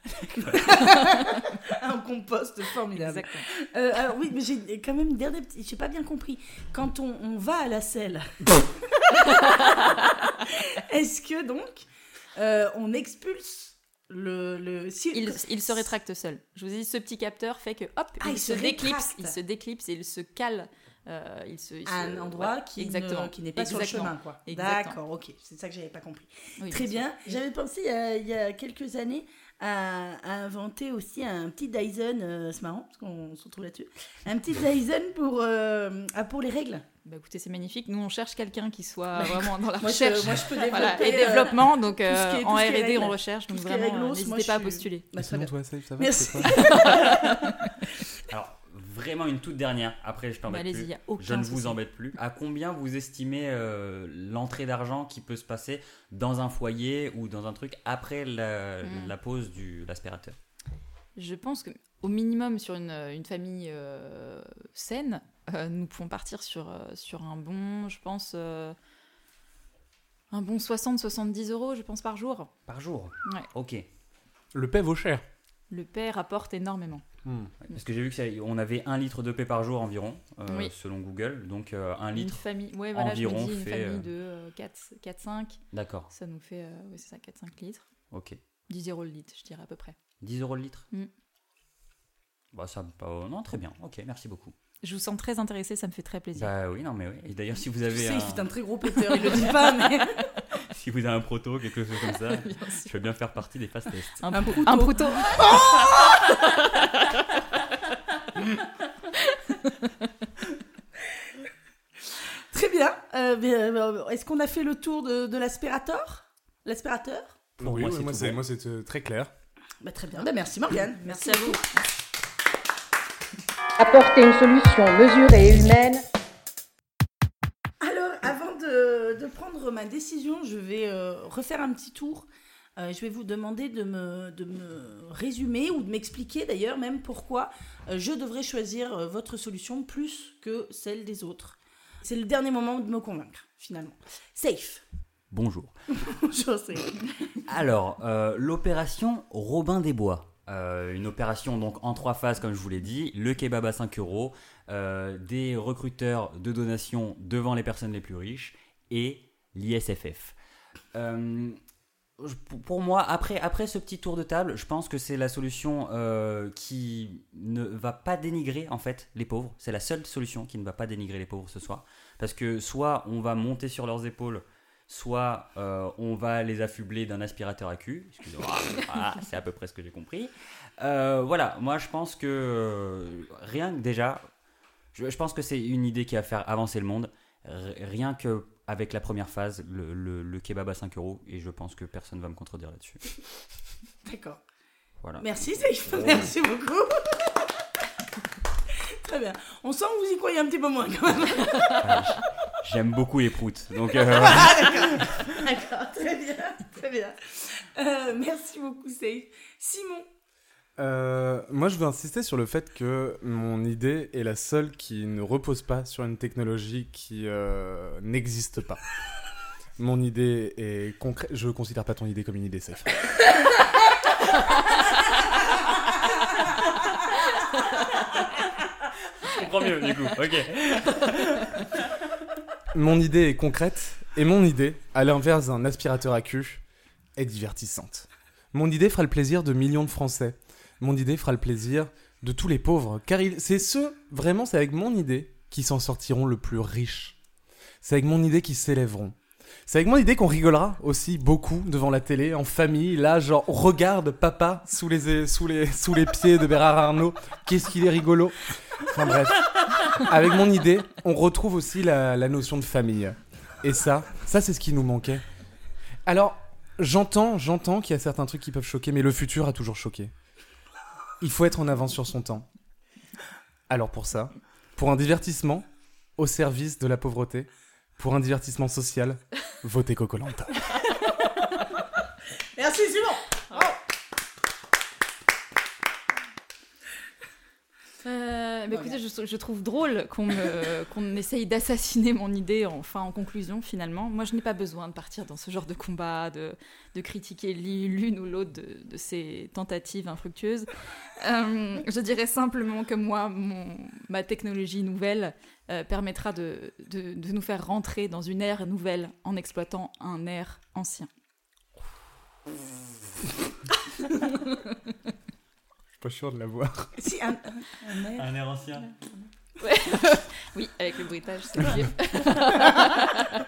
Un compost formidable. Exactement. Euh, alors oui, mais j'ai quand même une dernière petite... J'ai pas bien compris. Quand on, on va à la selle, est-ce que donc euh, on expulse le... le... si- Il, il se rétracte seul. Je vous ai dit, ce petit capteur fait que hop, Ah, il, il se, se déclipse, rétracte. il se déclipse et il se cale. euh, il se, il à un se- endroit ouais, qui, exactement. ne- qui n'est pas sur le Exactement. chemin. quoi. Exactement. D'accord, ok. C'est ça que j'avais pas compris. Oui, Très sûr. bien. J'avais pensé euh, il y a quelques années à, à inventer aussi un petit Dyson, euh, c'est marrant parce qu'on se retrouve là-dessus, un petit Dyson pour, euh, ah, pour les règles. Bah écoutez, c'est magnifique. Nous, on cherche quelqu'un qui soit Bah, vraiment dans la Moi je, recherche moi, je peux développer. Voilà, et euh, développement. Donc, ce euh, qui est- tout en ce qui RD, est on règle. recherche. tout Donc, ce qui est vraiment, euh, réglos, moi, n'hésitez pas à je suis- postuler. Bah, Et très Ah, sinon, bien. toi, Saïf, ça va Merci. c'est quoi Alors, vraiment une toute dernière. Après, je Mais t'embête Bah, Allez-y, il plus. n'y a aucun Je ne vous souci. embête plus. À combien vous estimez euh, l'entrée d'argent qui peut se passer dans un foyer ou dans un truc après la, Mm. la pause de l'aspirateur Je pense que au minimum, sur une, une famille euh, saine, euh, nous pouvons partir sur, euh, sur un bon, je pense, euh, un bon 60-70 euros, je pense, par jour. Par jour Ouais. Ok. Le paix vaut cher. Le père rapporte énormément. Mm. Parce que j'ai vu que ça- on avait un litre de paix par jour environ, euh, Oui. selon Google. Donc euh, un Une litre, famille, ouais, voilà, je me environ dis, une fait, famille euh, de 4-5, d'accord. ça nous fait, euh, ouais, c'est ça, 4-5 litres. Ok. 10 euros le litre, je dirais à peu près. 10 euros le litre. Mm. Bah ça, me- oh, non, très bien. Ok, merci beaucoup. Je vous sens très intéressé, ça me fait très plaisir. Bah oui, non mais oui. Et d'ailleurs, si vous hein. Tu avez sais, un- il fait un très gros péteur, il le dit pas, mais. si si vous avez un proto, quelque chose comme ça, je veux bien faire partie des fast tests. Un, Un prou- proutot. un proutot. Très bien. Euh, mais, euh, Est-ce qu'on a fait le tour de, de l'aspirateur L'aspirateur Pour oui, moi, oui, c'est moi, tout c'est- bon. moi, c'est euh, très clair. Bah, Très bien. Bah, merci Morgane. Merci à vous. Apporter une solution mesurée et humaine Alors, avant de, de prendre ma décision, je vais euh, refaire un petit tour. Euh, je vais vous demander de me, de me résumer ou de m'expliquer d'ailleurs même pourquoi euh, je devrais choisir euh, votre solution plus que celle des autres. C'est le dernier moment de me convaincre, finalement. Safe. Bonjour. Bonjour, Safe. Alors, euh, l'opération Robin des Bois. Euh, une opération donc en trois phases, comme je vous l'ai dit. Le kebab à 5 euros, euh, des recruteurs de donations devant les personnes les plus riches et l'ISFF. Euh, je- pour- pour moi, après, après ce petit tour de table, je pense que c'est la solution euh, qui ne va pas dénigrer en fait les pauvres. C'est la seule solution qui ne va pas dénigrer les pauvres ce soir. Parce que soit on va monter sur leurs épaules soit euh, on va les affubler d'un aspirateur à cul. Excusez-moi, Voilà, c'est à peu près ce que j'ai compris. Euh, voilà, moi je pense que euh, rien que déjà, je, je pense que c'est une idée qui va faire avancer le monde. R- rien que avec la première phase, le, le- le kebab à 5 euros, et je pense que personne va me contredire là-dessus. D'accord. Voilà. Merci Saïf, merci beaucoup. Très bien. On sent que vous y croyez un petit peu moins quand même. J'aime beaucoup les proutes, donc euh, D'accord, très bien, très bien. Euh, merci beaucoup Saïf. Simon, Euh, moi, je veux insister sur le fait que mon idée est la seule qui ne repose pas sur une technologie qui euh, n'existe pas. Mon idée est concrète. Je considère pas ton idée comme une idée safe. Je comprends mieux du coup. Ok. Mon idée est concrète et mon idée, à l'inverse d'un aspirateur à cul, est divertissante. Mon idée fera le plaisir de millions de Français. Mon idée fera le plaisir de tous les pauvres, car il- c'est ceux, vraiment, c'est avec mon idée qui s'en sortiront le plus riches. C'est avec mon idée qu'ils s'élèveront. C'est avec mon idée qu'on rigolera aussi beaucoup devant la télé, en famille, là, genre, regarde papa sous les, sous les, sous les pieds de Bérard Arnault, qu'est-ce qu'il est rigolo. Enfin bref. Avec mon idée, on retrouve aussi la, la notion de famille. Et ça, ça c'est ce qui nous manquait. Alors, j'entends, j'entends qu'il y a certains trucs qui peuvent choquer, mais le futur a toujours choqué. Il faut être en avance sur son temps. Alors pour ça, pour un divertissement au service de la pauvreté, pour un divertissement social, votez Cocolante. merci Simon. Euh, bah, écoutez, je, je trouve drôle qu'on me- qu'on essaye d'assassiner mon idée enfin en conclusion finalement. Moi, je n'ai pas besoin de partir dans ce genre de combat, de, de critiquer l'i- l'une ou l'autre de, de ces tentatives infructueuses. Euh, je dirais simplement que moi, mon, ma technologie nouvelle euh, permettra de, de- de nous faire rentrer dans une ère nouvelle en exploitant un air ancien. Je suis pas sûr de l'avoir. Si un, un air. un air ancien. Oui, avec le bruitage, c'est obligé.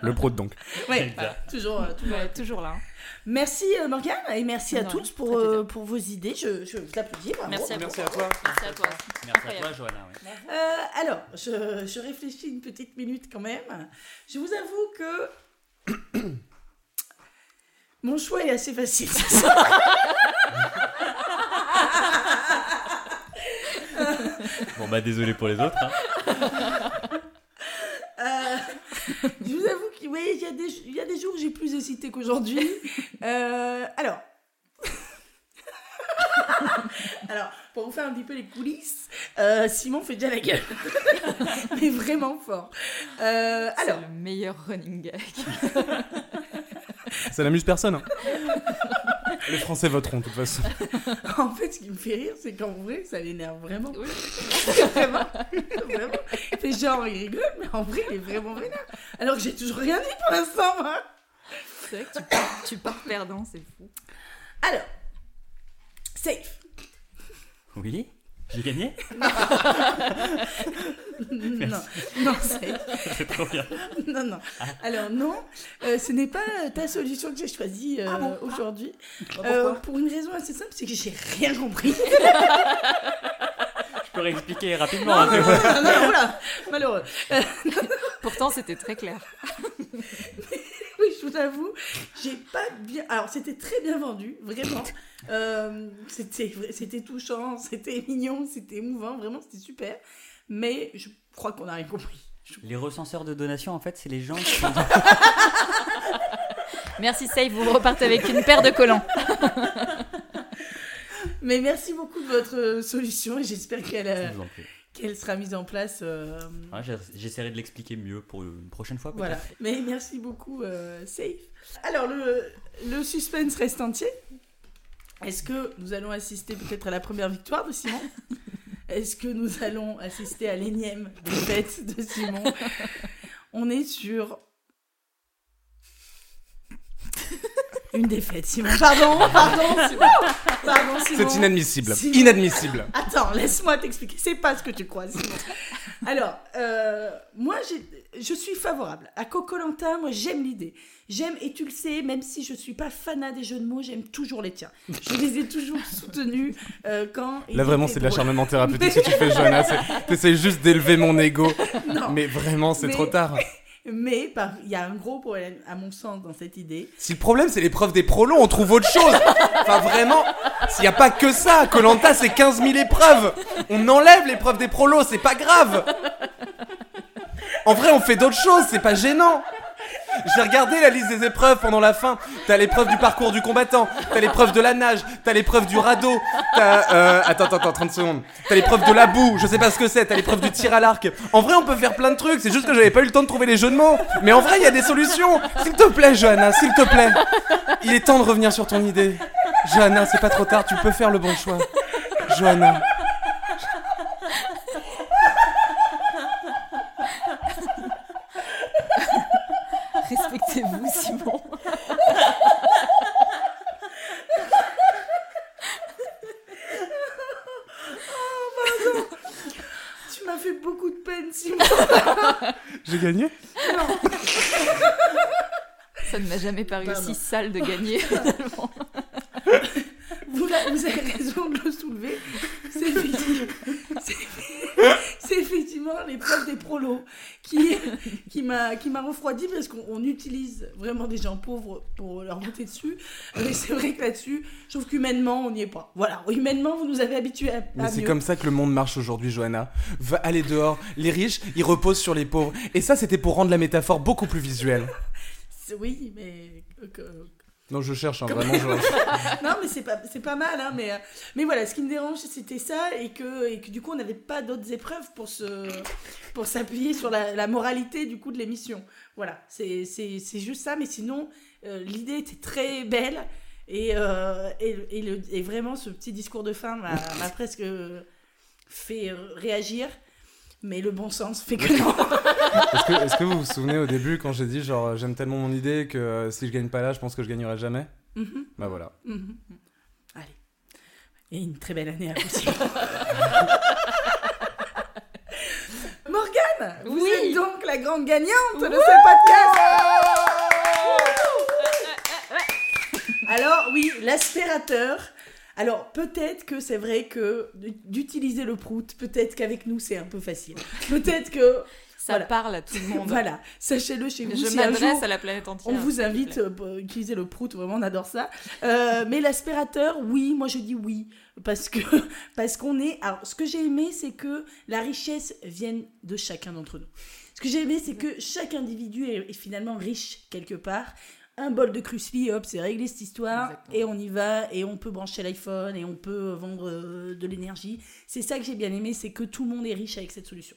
Le prod donc. Ouais, voilà, toujours, euh, toujours. Ouais, toujours là. hein. Merci euh, Morgane et merci à Non, tous très pour, plaisir. euh, pour vos idées. Je, je vous applaudis. bravo. Merci à vous. Ah, Merci à toi. Merci à toi. Merci à toi, Johanna. ouais. Euh, alors, je, je réfléchis une petite minute quand même. Je vous avoue que mon choix est assez facile. ce soir. Bon bah désolé pour les autres. hein. Euh, je vous avoue qu'il oui, il y, a des- il y a des jours où j'ai plus hésité qu'aujourd'hui. Euh, alors. Alors, pour vous faire un petit peu les coulisses, euh, Simon fait déjà la gueule. Mais vraiment fort. Euh, alors, C'est le meilleur running gag. Ça n'amuse personne. hein. Les Français voteront de toute façon. En fait, ce qui me fait rire, c'est qu'en vrai, ça l'énerve vraiment. Oui. vraiment. Vraiment. C'est genre, il rigole, mais en vrai, il est vraiment vénère. Alors que j'ai toujours rien dit pour l'instant, moi. C'est vrai que tu pars, tu pars perdant, c'est fou. Alors, safe. Oui. J'ai gagné non, non, c'est. C'est trop bien. Non, non. Alors, non, euh, ce n'est pas ta solution que j'ai choisie euh, aujourd'hui. Euh, pour une raison assez simple, c'est que j'ai rien compris. Je peux réexpliquer rapidement. non, non, hein, mais non, voilà. non, non, oula, malheureux. Euh, Pourtant, c'était très clair. oui, je vous avoue, j'ai pas bien. Alors, c'était très bien vendu, vraiment. Euh, c'était vrai- c'était touchant, c'était mignon, c'était émouvant, vraiment, c'était super. Mais je crois qu'on n'a rien compris. Les recenseurs de donations, en fait, c'est les gens qui Merci, Safe. Vous repartez avec une paire de collants. Mais merci beaucoup de votre euh, solution et j'espère qu'elle euh, Je vous en prie. qu'elle sera mise en place. euh, Ouais, j'ai- J'essaierai de l'expliquer mieux pour une prochaine fois, peut-être. Voilà. Mais merci beaucoup, euh, Safe. Alors, le, le suspense reste entier. Est-ce que nous allons assister peut-être à la première victoire de Simon Est-ce que nous allons assister à l'énième défaite de Simon On est sur. Une défaite, Simon. Pardon, pardon, Simon. Pardon, Simon. C'est inadmissible. Si- Inadmissible. Attends, laisse-moi t'expliquer. C'est pas ce que tu crois. Simon. Alors, euh, moi, j'ai- je suis favorable à Cocolanta. Moi, j'aime l'idée. J'aime, et tu le sais, même si je suis pas fanat des jeux de mots, j'aime toujours les tiens. Je les ai toujours soutenus euh, quand. ils Là, vraiment, étaient c'est de drôles. l'acharnement thérapeutique ce que tu fais, Johanna. C'est- T'essayes juste d'élever mon ego. Non. Mais vraiment, c'est Mais- trop tard. Mais par- il y a un gros problème, à mon sens, dans cette idée. Si le problème, c'est l'épreuve des prolos, on trouve autre chose. Enfin, vraiment, s'il n'y a pas que ça, Colanta, c'est 15 000 épreuves. On enlève l'épreuve des prolos, c'est pas grave. En vrai, on fait d'autres choses, c'est pas gênant. J'ai regardé la liste des épreuves pendant la fin. T'as l'épreuve du parcours du combattant, t'as l'épreuve de la nage, t'as l'épreuve du radeau, t'as. Euh, attends, attends, attends, 30 secondes. T'as l'épreuve de la boue, je sais pas ce que c'est, t'as l'épreuve du tir à l'arc. En vrai, on peut faire plein de trucs, c'est juste que j'avais pas eu le temps de trouver les jeux de mots. Mais en vrai, il y a des solutions. S'il te plaît, Johanna, s'il te plaît. Il est temps de revenir sur ton idée. Johanna, c'est pas trop tard, tu peux faire le bon choix. hein, Johanna. Respectez-vous, Simon. Tu m'as fait beaucoup de peine, Simon. J'ai gagné Ça ne m'a jamais paru Pardon. si sale de gagner. finalement. Vous, la- vous avez raison de le soulever. C'est effectivement, c'est- c'est effectivement l'épreuve des prolos qui, qui m'a qui m'a refroidi parce qu'on on utilise vraiment des gens pauvres pour leur monter dessus. Mais c'est vrai que là-dessus, je trouve qu'humainement, on n'y est pas. Voilà, humainement, vous nous avez habitués à, à Mais c'est mieux. comme ça que le monde marche aujourd'hui, Johanna. Va aller dehors, les riches, ils reposent sur les pauvres. Et ça, c'était pour rendre la métaphore beaucoup plus visuelle. C'est- Oui, mais... que- Non, je cherche, hein, vraiment. je- non, mais c'est pas, c'est pas mal, hein, mais, euh, mais voilà, ce qui me dérange, c'était ça, et que, et que du coup, on n'avait pas d'autres épreuves pour se, pour s'appuyer sur la, la moralité, du coup, de l'émission. Voilà, c'est, c'est, c'est juste ça, mais sinon, euh, l'idée était très belle, et, euh, et, et le, et vraiment, ce petit discours de fin m'a, m'a presque fait euh, réagir, mais le bon sens fait que non. Est-ce que, est-ce que vous vous souvenez au début quand j'ai dit, genre, j'aime tellement mon idée que euh, si je gagne pas là, je pense que je gagnerai jamais Mhm, Bah voilà. mhm. Allez. Et une très belle année à vous. Morgane, vous Oui. êtes donc la grande gagnante de ce podcast. Alors oui, l'aspirateur. Alors peut-être que c'est vrai que d'utiliser le prout, peut-être qu'avec nous c'est un peu facile. Peut-être que Ça Voilà. parle à tout le monde. voilà, sachez-le chez vous. Je si un m'adresse jour- à la planète entière. on vous s'il te invite plaît. euh, pour utiliser le prout, vraiment on adore ça. Euh, mais l'aspirateur, oui, moi je dis oui parce que parce qu'on est. Alors ce que j'ai aimé, c'est que la richesse vienne de chacun d'entre nous. Ce que j'ai aimé, c'est que chaque individu est, est finalement riche quelque part. Un bol de crucifix, hop, c'est réglé cette histoire Exactement. et on y va et on peut brancher l'iPhone et on peut vendre euh, de l'énergie. C'est ça que j'ai bien aimé, c'est que tout le monde est riche avec cette solution.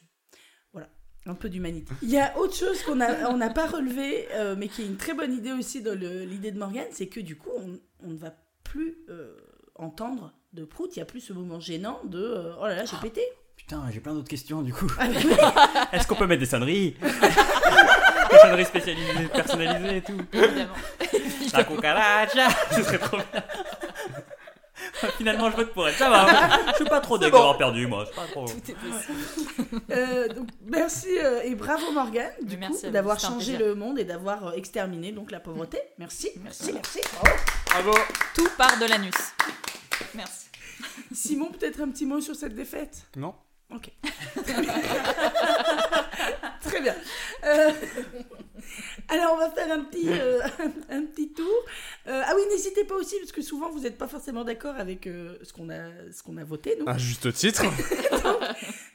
Un peu d'humanité. Il y a autre chose qu'on a- on n'a pas relevé, euh, mais qui est une très bonne idée aussi dans le- l'idée de Morgane, c'est que du coup, on, on ne va plus euh, entendre de prout, il n'y a plus ce moment gênant de euh, oh là là, j'ai pété. Putain, j'ai plein d'autres questions du coup. Ah, mais oui. Est-ce qu'on peut mettre des sonneries Des sonneries spécialisées, euh, personnalisées et tout. Évidemment. La cucaracha Ce serait trop bien. Finalement, je vote pour elle. Ça va. hein. Je suis pas trop d'accord d'avoir perdu, moi. Je suis pas trop. Tout est possible. Euh, donc, merci euh, et bravo Morgane du Merci à coup vous, d'avoir c'était un changé plaisir. le monde et d'avoir euh, exterminé donc la pauvreté. Merci, merci, merci. Bravo. Tout part de l'anus. Merci. Simon, peut-être un petit mot sur cette défaite Non Ok. Très bien. Euh, alors, on va faire un petit, euh, un, un petit tour. Euh, ah oui, n'hésitez pas aussi, parce que souvent, vous n'êtes pas forcément d'accord avec euh, ce qu'on a, ce qu'on a voté. nous. À juste titre.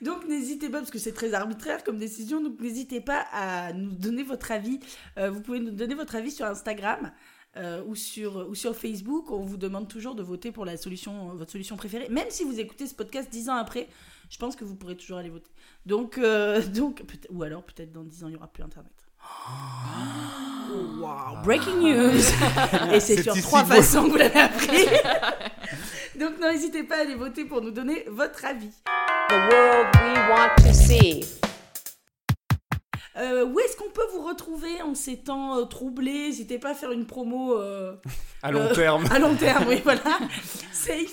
Donc n'hésitez pas, parce que c'est très arbitraire comme décision, donc n'hésitez pas à nous donner votre avis. Euh, vous pouvez nous donner votre avis sur Instagram. euh, ou, sur, ou sur Facebook, on vous demande toujours de voter pour la solution, votre solution préférée. Même si vous écoutez ce podcast dix ans après, je pense que vous pourrez toujours aller voter. Donc, euh, donc peut- ou alors peut-être dans dix ans, il n'y aura plus Internet. Wow, breaking news Et c'est Ah. C'est sur ici trois que- façons que vous l'avez appris. donc non, n'hésitez pas à aller voter pour nous donner votre avis. The world we want to see. Euh, où est-ce qu'on peut vous retrouver en ces temps euh, troublés N'hésitez pas à faire une promo euh, À long Euh, terme. à long terme, oui, voilà. Safe.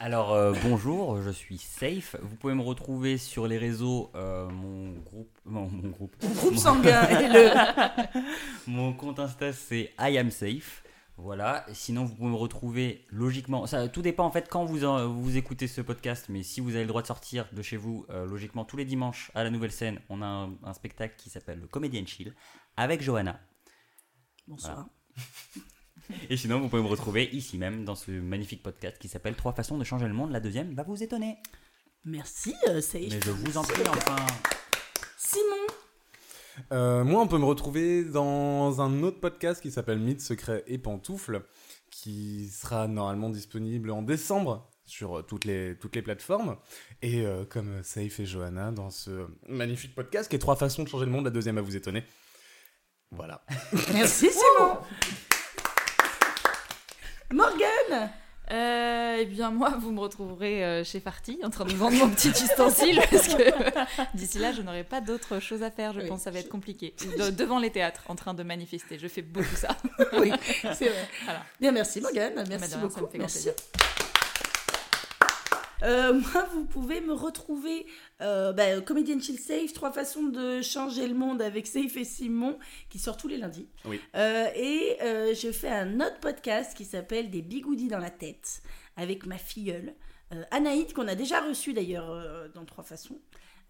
Alors euh, bonjour, je suis Safe. Vous pouvez me retrouver sur les réseaux. euh, mon groupe, non, mon groupe, Groupe sanguin. et le- mon compte Insta c'est I am Safe. Voilà. Sinon vous pouvez me retrouver logiquement. Ça tout dépend en fait quand vous en- vous écoutez ce podcast. Mais si vous avez le droit de sortir de chez vous, euh, logiquement tous les dimanches à la Nouvelle Scène, on a un, un spectacle qui s'appelle le Comedian Chill avec Johanna. Bonsoir. Et sinon vous pouvez me retrouver ici même dans ce magnifique podcast qui s'appelle Trois façons de changer le monde. La deuxième va vous étonner. Merci, euh, Safe. Mais je vous en prie enfin. Simon, Euh, moi, on peut me retrouver dans un autre podcast qui s'appelle Mythes, Secrets et Pantoufles, qui sera normalement disponible en décembre sur euh, toutes les, toutes les plateformes. Et euh, comme Safe et Johanna dans ce euh, magnifique podcast qui est trois façons de changer le monde, la deuxième à vous étonner. Voilà. merci Simon. Morgane, Euh, eh bien, moi, vous me retrouverez euh, chez Farty en train de vendre mon petit ustensile parce que d'ici là, je n'aurai pas d'autre chose à faire. Je Oui. pense que ça va être compliqué. Ou de- devant les théâtres en train de manifester. Je fais beaucoup ça. oui, c'est vrai. Voilà. Bien, merci Morgane, Mais de merci rien, ça beaucoup. me fait grand merci. plaisir. Euh, moi, vous pouvez me retrouver euh, bah, Comédienne Chill Safe, trois façons de changer le monde avec Safe et Simon, qui sort tous les lundis. Oui. Euh, et euh, je fais un autre podcast qui s'appelle Des bigoudis dans la tête, avec ma filleule, euh, Anaïd, qu'on a déjà reçue d'ailleurs euh, dans trois façons,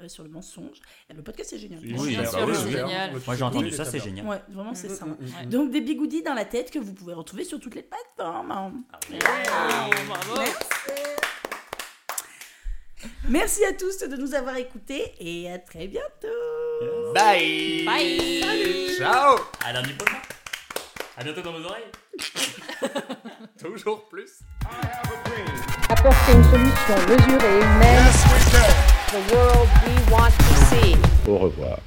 euh, sur le mensonge. Et le podcast, c'est génial. Oui, Bien bah sûr, oui, c'est oui. génial. Moi j'ai entendu ça, c'est génial. Ouais, vraiment, c'est ça. mm. Donc, des bigoudis dans la tête que vous pouvez retrouver sur toutes les plateformes. Ah, Merci à tous de nous avoir écoutés et à très bientôt. Bye. Bye. Ciao. À lundi prochain. À bientôt dans vos oreilles. Toujours plus. I have a dream. Apporter une solution mesurée et humaine The world we want to see. Au revoir.